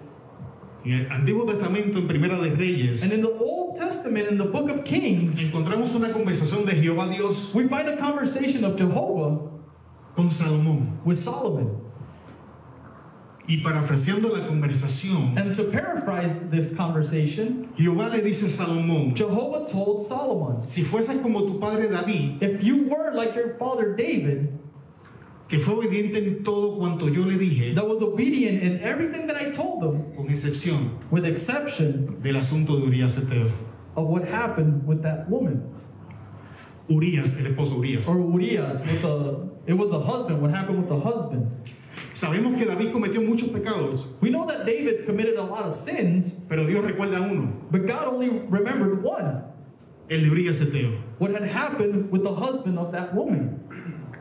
En el Antiguo Testamento, en Primera de
And
Reyes,
in the Old Testament, in the book of Kings,
encontramos una conversación de Jehová Dios
we find a conversation of Jehovah
con Salomón.
with Solomon.
Y parafraseando la conversación,
And to paraphrase this conversation,
Jehová le dice a Salomón,
Jehovah told Solomon,
si fueses como tu padre David,
If you were like your father David,
que fue obediente en todo cuanto yo le dije,
that was obedient in everything that I told them,
con excepción
with exception
del asunto de Urias Eteo.
of what happened with that woman
Urias, el esposo Urias.
or Urias with the it was the husband. What happened with the husband?
Sabemos que David cometió muchos pecados,
We know that David committed a lot of sins,
pero Dios recuerda uno,
but God only remembered one.
el de Urias Eteo.
What had happened with the husband of that woman,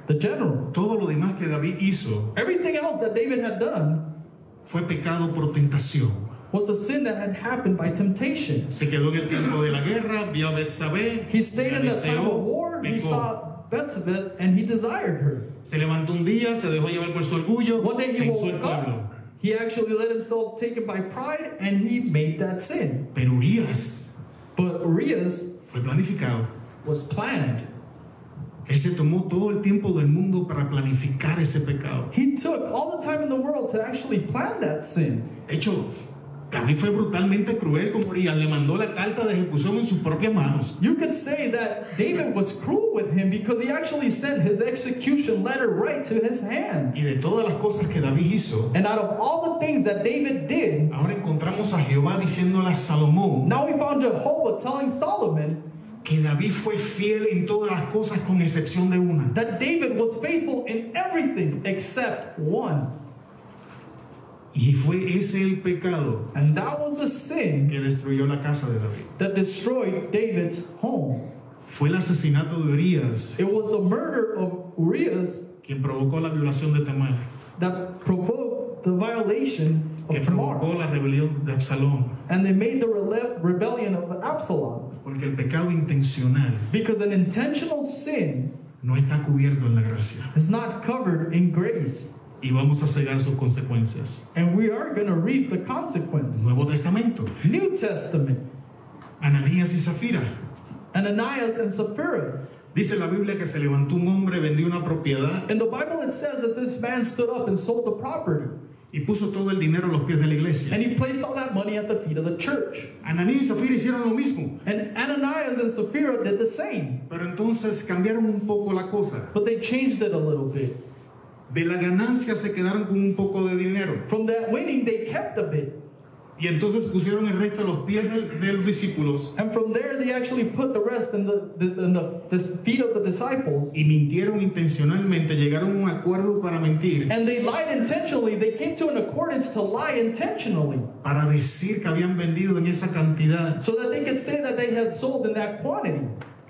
the general.
Todo lo demás que David hizo
Everything else that David had done
fue pecado por tentación.
was a sin that had happened by temptation.
Se quedó en el tiempo de la guerra, vio a Betsabé,
He stayed
la
in the time of war.
deseó,
He
pecó.
saw Betsabé and he desired her.
Se levantó un día, se dejó llevar por su orgullo,
One day
se
he
hizo el
woke
pueblo.
up. He actually let himself take it by pride and he made that sin.
Pero Urias
But Urias
fue planificado.
was planned.
Él se tomó todo el tiempo del mundo para planificar ese pecado.
He took all the time in the world to actually plan that sin.
De hecho, David fue brutalmente cruel con Urias, le mandó la carta de ejecución en sus propias manos.
You could say that David was cruel with him because he actually sent his execution letter right to his hand.
Y de todas las cosas que David hizo,
And out of all the things that David did,
ahora encontramos a Jehová diciéndole a Salomón
now we found Jehovah telling Solomon
que David fue fiel en todas las cosas con excepción de una.
that David was faithful in everything except one.
Y fue ese el pecado
And that was the sin
que destruyó la casa de David.
that destroyed David's home.
Fue el asesinato de Urias
It was the murder of Urias
quien provocó la violación de Tamar,
that provoked the violation
que
of Tamar.
provocó la rebelión de Absalón,
And they made the rele- rebellion of Absalom.
porque el pecado intencional
Because an intentional sin
no está cubierto en la gracia
is not covered in grace.
y vamos a cegar sus consecuencias.
And we are going to reap the consequence.
Nuevo Testamento,
New Testament,
Ananías y Zafira.
Ananias and Sapphira.
Dice la Biblia que se levantó un hombre, vendió una propiedad
In the Bible, it says that this man stood up and sold the property,
y puso todo el dinero a los pies de la iglesia.
and he placed all that money at the feet of the church.
Ananías y Zafira hicieron lo mismo,
And Ananias and Sapphira did the same,
pero entonces cambiaron un poco la cosa.
but they changed it a little bit.
De la ganancia se quedaron con un poco de dinero.
From that winning, they kept a bit.
Y entonces pusieron el resto a los pies del- de, los discípulos
And from there, they actually put the rest in the, the, in the, the feet of the disciples.
y mintieron intencionalmente, llegaron a un acuerdo para mentir,
And they lied intentionally. They came to an accordance to lie intentionally
para decir que habían vendido en esa cantidad.
so that they could say that they had sold in that quantity.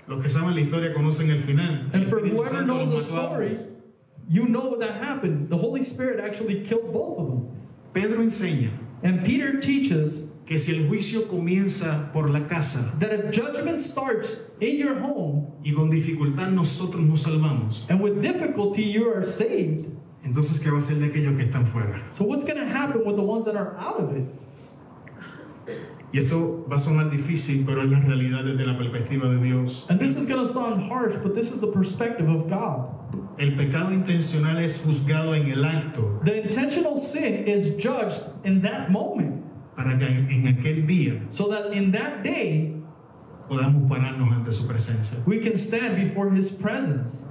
Los que saben la historia conocen el final. El
And for
Espíritu
whoever
Santo los
knows the
mató a ambos.
story, you know what that happened. The Holy Spirit actually killed both of them.
Pedro enseña
And Peter teaches
que si el juicio comienza por la casa
that if judgment starts in your home
y con dificultad nosotros nos salvamos,
and with difficulty you are saved,
entonces ¿qué va a ser de aquellos que están fuera?
so what's going to happen with the ones that are out of it?
Y esto va a sonar difícil, pero es la realidad desde la perspectiva de Dios.
And this is going to sound harsh, but this is the perspective of God.
El pecado intencional es juzgado en el acto
The intentional sin is judged in that moment
para que en aquel día
so that in that day
podamos pararnos ante su presencia.
we can stand before his presence.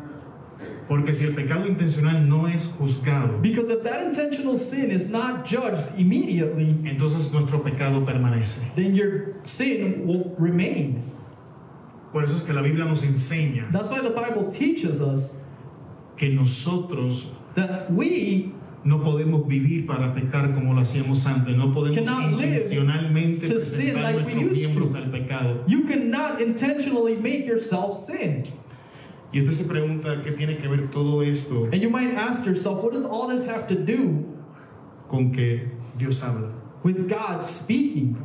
Porque si el pecado intencional no es juzgado,
Because if that intentional sin is not judged immediately,
entonces nuestro pecado permanece.
then your sin will remain.
Por eso es que la Biblia nos enseña
That's why the Bible teaches us
que nosotros
that we
no podemos vivir para pecar como lo hacíamos antes, no podemos
Cannot live
intencionalmente
to sin
presentar
like we
nuestros
used to.
miembros al pecado.
you cannot intentionally make yourself sin.
Y usted se pregunta qué tiene que ver todo esto
And you might ask yourself, what does all this have to do
con que Dios habla.
with God speaking?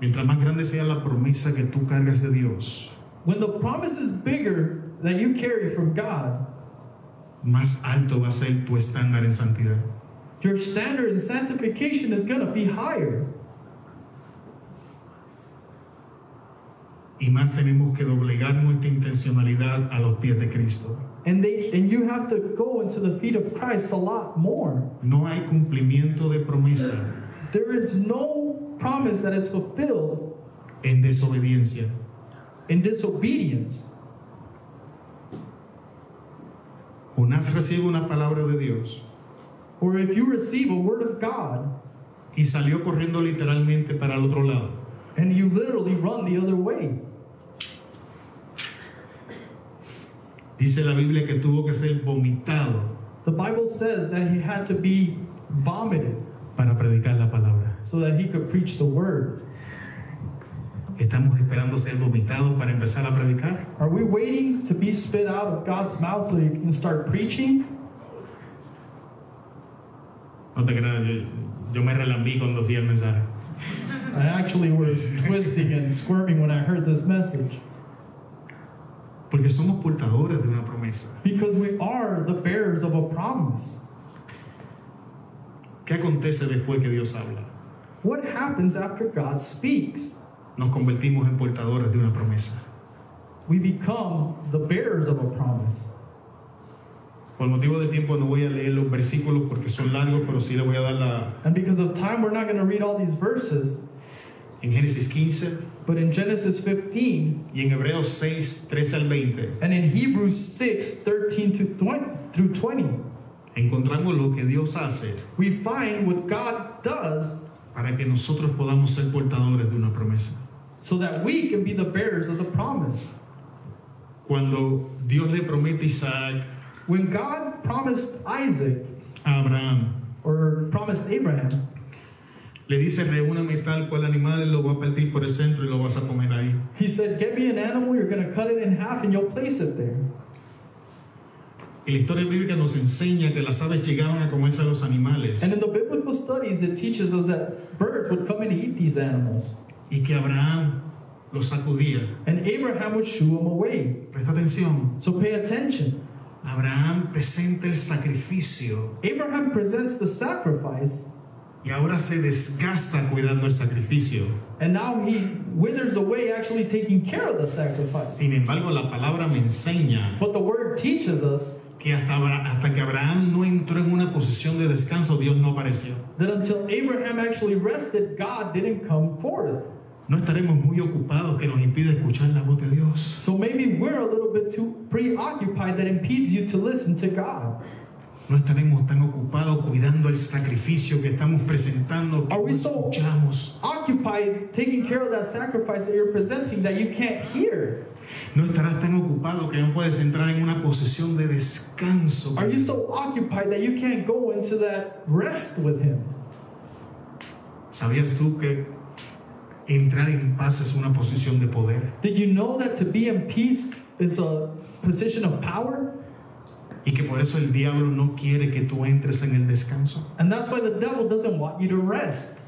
Mientras más grande sea la promesa que tú cargas de Dios,
When the promise is bigger that you carry from God,
más alto va a ser tu estándar en santidad.
your standard in sanctification is going to be higher.
y más tenemos que doblegar nuestra intencionalidad a los pies de Cristo.
And they and you have to go into the feet of Christ a lot more.
No hay cumplimiento de promesa
There is no promise that is fulfilled
en desobediencia.
in disobedience.
Jonás recibe una palabra de Dios
or if you receive a word of God
y salió corriendo literalmente para el otro lado.
and you literally run the other way.
Dice la Biblia que tuvo que ser vomitado
The Bible says that he had to be vomited
para predicar la palabra.
so that he could preach the word.
¿Estamos esperando ser vomitados para empezar a predicar?
Are we waiting to be spit out of God's mouth so you can start preaching?
No te creas, yo, yo me relambí cuando hacía el mensaje.
I actually was twisting and squirming when I heard this message
Porque somos portadores de una promesa.
because we are the bearers of a promise.
¿Qué acontece después que Dios habla?
What happens after God speaks?
Nos convertimos en portadores de una promesa.
We become the bearers of a promise.
Por motivo de tiempo no voy a leer los versículos porque son largos, pero sí le voy a dar la...
And because of time, we're not going to read all these verses,
En Génesis 15
but in Genesis 15
y en Hebreos 6, 13 al 20,
and in Hebrews 6 13 to 20, through 20,
encontramos lo que Dios hace
we find what God does
para que nosotros podamos ser portadores de una promesa.
so that we can be the bearers of the promise.
Cuando Dios le promete a Isaac,
When God promised Isaac
a Abraham,
or promised Abraham,
le dice, reúname tal cual animal, lo voy a partir por el centro y lo vas a comer ahí.
he said, Get me an animal, you're going to cut it in half, and you'll place it there.
Y la historia bíblica nos enseña que las aves llegaban a comerse a los animales
And in the biblical studies, it teaches us that birds would come and eat these animals,
y que Abraham los sacudía.
and Abraham would shoo them away.
Presta atención,
So pay attention.
Abraham presenta el sacrificio
Abraham presents the sacrifice,
y ahora se desgasta cuidando el sacrificio.
and now he withers away, actually taking care of the sacrifice.
Sin embargo, la palabra me enseña
But the word teaches us
que hasta, Abra- hasta que Abraham no entró en una posición de descanso, Dios no apareció.
that until Abraham actually rested, God didn't come forth.
No estaremos muy ocupados que nos impide escuchar la voz de Dios.
So maybe we're a little bit too preoccupied that impedes you to listen to God.
No estaremos tan ocupados cuidando el sacrificio que estamos presentando que
Are
no
we so-
escuchamos.
Occupied taking care of that sacrifice that you're presenting that you can't hear.
No estarás tan ocupado que no puedes entrar en una posición de descanso.
Are you so occupied that you can't go into that rest with Him?
¿Sabías tú que entrar en paz es una posición de poder?
Did you know that to be in peace is a position of power?
Y que por eso el diablo no quiere que tú entres en el descanso.
And that's why the devil doesn't want you to rest.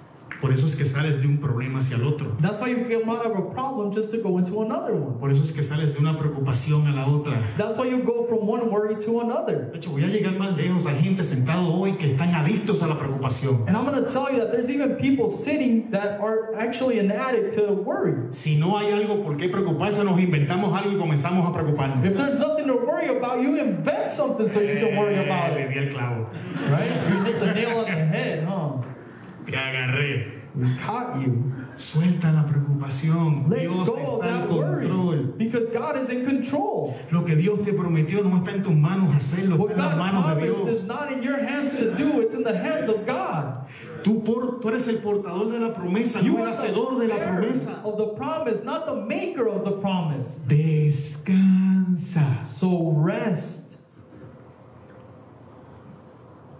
Por eso es que sales de un problema hacia el otro.
That's why you come out of a problem just to go into another one.
Por eso es que sales de una preocupación a la otra.
That's why you go from one worry to another.
De hecho, voy a llegar más lejos. Hay gente sentada hoy que están adictos a la preocupación.
And I'm going to tell you that there's even people sitting that are actually an addict to worry.
Si no hay algo por qué preocuparse, nos inventamos algo y comenzamos a preocuparnos.
If there's nothing to worry about, you invent something so you can worry about
Eh,
it.
le di el clavo.
Right? You hit the nail on the head, huh?
Te agarré.
We caught you.
Suelta la preocupación.
Let
Dios
go of
está en
that worry
control.
because God is in control.
Lo que Dios te prometió no está en tus manos hacerlo,
What
está en las
God
manos de
promised is
Dios.
not in your hands to do, it's in the hands of God.
Tú, por- tú eres el portador de la promesa,
You
no el
are the
hacedor de la
bearer
promesa.
Of the promise, not the maker of the promise.
Descansa.
So rest.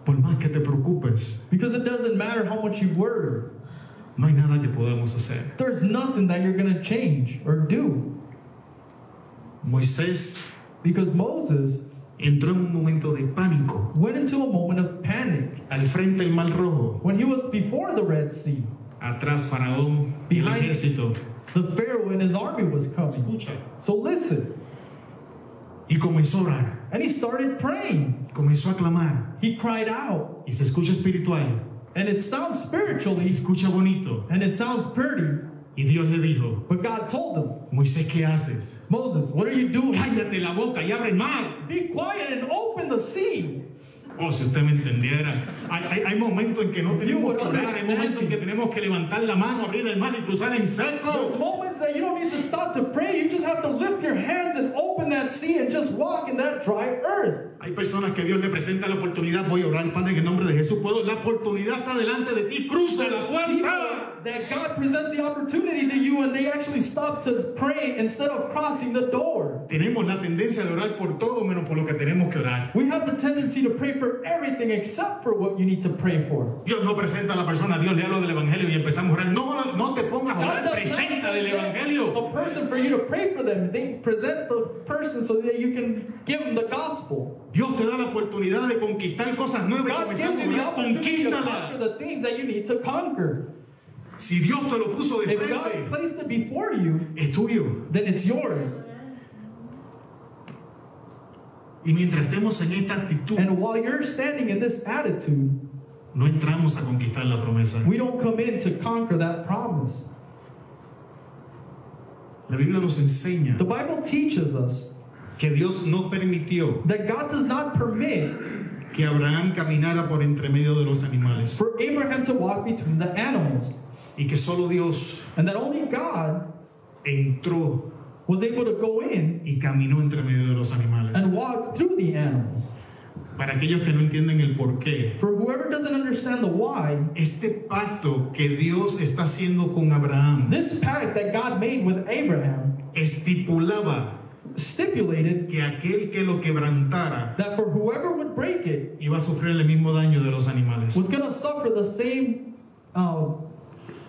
Por más que te preocupes,
Because it doesn't matter how much you worry,
no hay nada que podamos hacer.
there's nothing that you're going to change or do.
Moisés
Because Moses
entró en un momento de pánico
went into a moment of panic
al frente del Mar Rojo,
when he was before the Red Sea.
atrás Faraón y el
Behind-
ejército.
The Pharaoh and his army was coming.
Escucha.
So listen.
Y comenzó a orar,
And he started praying.
comenzó a clamar.
He cried out.
Y se escucha espiritual,
And it sounds
se
spiritually
escucha bonito.
and it sounds pretty,
Y Dios le dijo,
but God told him,
Moisés, ¿qué haces?
Moses, what are you doing?
Cállate la boca y abre el mar.
Be quiet and open the sea.
Oh, si usted me entendiera. Hay, hay- hay momentos en que no tenemos
would
que orar, hay
understand.
momentos en que tenemos que levantar la mano, abrir el mar y cruzar en
There's
seco.
moments that you don't need to stop to pray. You just have to lift your hands and open that sea and just walk in that dry earth.
Hay personas que Dios le presenta la oportunidad. Voy a orar, Padre, en el nombre de Jesús. Puedo. La oportunidad está delante de ti. Cruza la
People
puerta.
that God presents the opportunity to you and they actually stop to pray instead of crossing the door.
Tenemos la tendencia de orar por todo menos por lo que tenemos que orar.
We have the tendency to pray for everything except for what you need to pray for.
Dios no presenta a la persona. Dios le habla del evangelio y empezamos a orar. No, no, no te pongas a
God
orar.
does not
Preséntale el
present
evangelio.
a person for you to pray for them. They present the person so that you can give them the gospel.
Dios te da la oportunidad de conquistar cosas nuevas. y
God gives
Comenzamos a
you the
orar.
opportunity to conquer
Conquístala.
the things that you need to conquer.
Si Dios te lo puso de
If God
frente,
placed it before you,
es tuyo.
then it's yours.
Y mientras estemos en esta actitud,
And while you're standing in this attitude,
no entramos a conquistar la promesa.
we don't come in to conquer that promise.
La Biblia nos enseña
The Bible teaches us
que Dios no permitió
that God does not permit
que Abraham caminara por entre medio de los animales
for Abraham to walk between the animals,
y que solo Dios
and that only God
entró
was able to go in
y caminó entre medio de los animales.
and walk through the animals.
Para aquellos que no entienden el porqué,
For whoever doesn't understand the why,
este pacto que Dios está haciendo con Abraham
this pact that God made with Abraham
estipulaba
stipulated
que aquel que lo quebrantara
that for whoever would break it
iba a sufrir el mismo daño de los animales.
was going to suffer the same uh,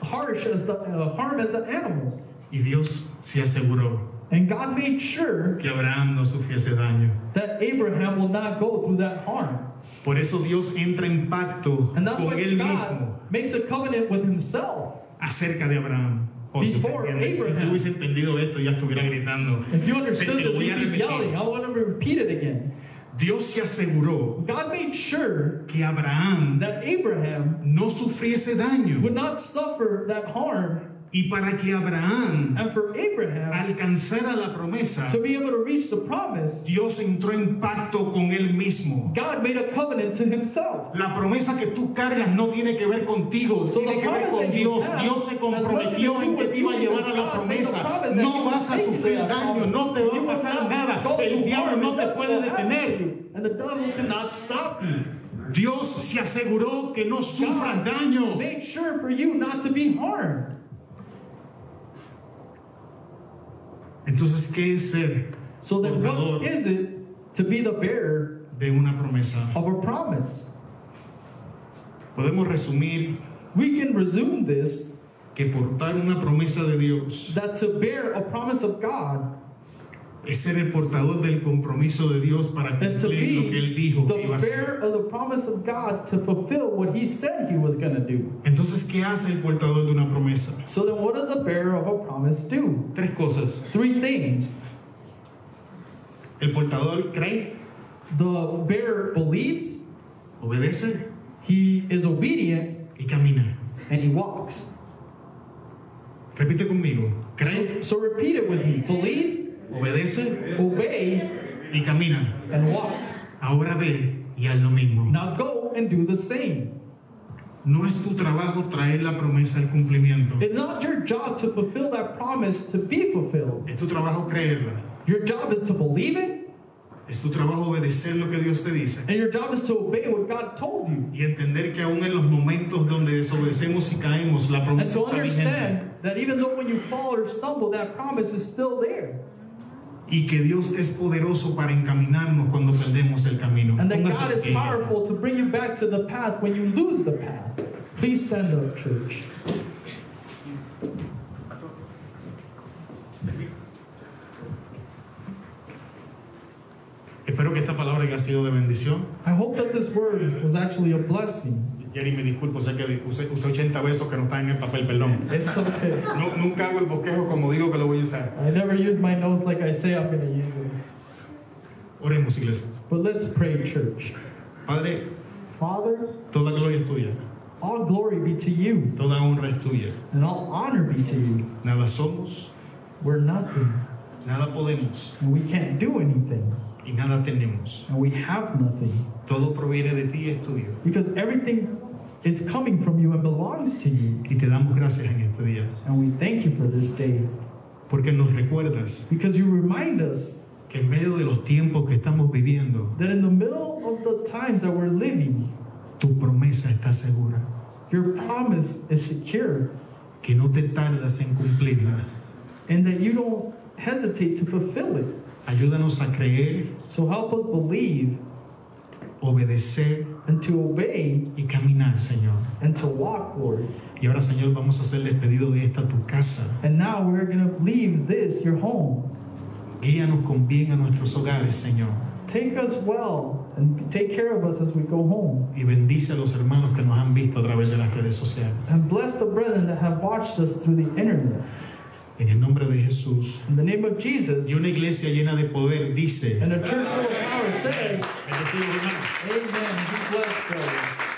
harsh as the uh, harm as the animals.
Y Dios se aseguró
And God made sure
que Abraham no sufriese daño.
that Abraham will not go through that harm.
Por eso Dios entra en pacto
And that's
con
why
él
God
mismo
makes a covenant with himself.
acerca de Abraham. Oh, si, te
Before
entiendes, si
Abraham.
tú hubiese entendido esto, ya estuviera gritando.
If you
Te-
understood
te lo
this,
voy a
you'd be
repetir.
yelling. I want to repeat it again.
Dios se aseguró
God made sure
que Abraham
that Abraham
no sufriese daño.
would not suffer that harm.
Y para que Abraham
And for Abraham
alcanzara la promesa,
to be able to reach the promise,
Dios entró en pacto con él mismo.
God made a covenant to himself.
La promesa que tú cargas no tiene que ver contigo,
So
tiene
the
que ver
promise
con
that you
Dios.
have
Dios se
has nothing to
comprometió
do
en que
with
te iba a
you,
llevar a la
because God made a
promesa.
promise that
No
you
vas a
would take
sufrir
that
daño,
promise.
no te va
You
a
will
pasar
not
nada.
go
El
through
diablo
harm,
no
and
te
death
puede
will happen to
detener.
you, And the devil cannot stop you.
Dios se aseguró que no sufras daño.
Make sure for you not to be harmed.
Entonces, ¿qué es ser
So then,
Portador.
what is it to be the bearer
de una promesa?
of a promise?
Podemos resumir
We can resume this
que portar una promesa de Dios
that to bear a promise of God
es ser el portador del compromiso de Dios para
is to
cumplir lo que Él
be
dijo que iba
the
a hacer.
bearer of the promise of God to fulfill what He said He was going to do.
Entonces, ¿qué hace el portador de una promesa?
So then, what does the bearer of a promise do?
Tres cosas.
Three things.
El portador cree,
The bearer believes,
obedece
he is obedient,
y camina.
and he walks.
Repite conmigo. Cree,
So, so repeat it with me believe,
obedece
obey,
y camina.
and walk.
Ahora ve y haz lo mismo.
Now go and do the same.
No es tu trabajo traer la promesa al cumplimiento.
It's not your job to fulfill that promise to be fulfilled.
Es tu trabajo creerla.
Your job is to believe it,
Es tu trabajo obedecer lo que Dios te dice.
and your job is to obey what God told you.
Y entender que aún en los momentos donde desobedecemos y caemos, la
And
promesa
so
está vigente.
understand that even though when you fall or stumble, that promise is still there.
Y que Dios es poderoso para encaminarnos cuando perdemos el camino.
And that
Póngase
God
de
is
pie, iglesia.
powerful to bring you back to the path when you lose the path. Please stand up, church.
Espero que esta palabra haya sido de bendición.
I hope that this word was actually a blessing.
Jerry, me disculpo, sé que usé, usé 80 besos que no están en el papel, perdón.
It's okay.
No, nunca hago el bosquejo como digo que lo voy a usar.
I never use my notes like I say I'm going to use it.
Oremos, iglesia.
But let's pray, church.
Padre,
Father,
toda gloria es tuya.
all glory be to you.
Toda honra es tuya.
And all honor be to you.
Nada somos,
We're nothing,
nada podemos
and we can't do anything,
y nada tenemos.
and we have nothing,
Todo proviene de ti y es tuyo.
because everything is coming from you and belongs to you.
Y te damos gracias en este día.
And we thank you for this day,
Porque nos recuerdas
because you remind us
que en medio de los tiempos que estamos viviendo,
that in the middle of the times that we're living,
tu promesa está segura,
your promise is secure
que no te tardas en cumplirla.
and that you don't hesitate to fulfill it.
Ayúdanos a creer,
So help us believe
obedecer
and to obey
y caminar, Señor.
and to walk, Lord.
Y ahora, Señor, vamos a hacer el pedido de esta tu casa.
And now we're going to leave this, your home.
Guíanos con bien a nuestros hogares, Señor.
Take us well and take care of us as we go home.
Y bendice a los hermanos que nos han visto a través de las redes sociales.
And bless the brethren that have watched us through the internet.
En el nombre de Jesús.
In the name of Jesus,
Y una iglesia llena de poder dice...
and the church full of power says,
Bendecidos, hermanos.
Amen. Be blessed, brother.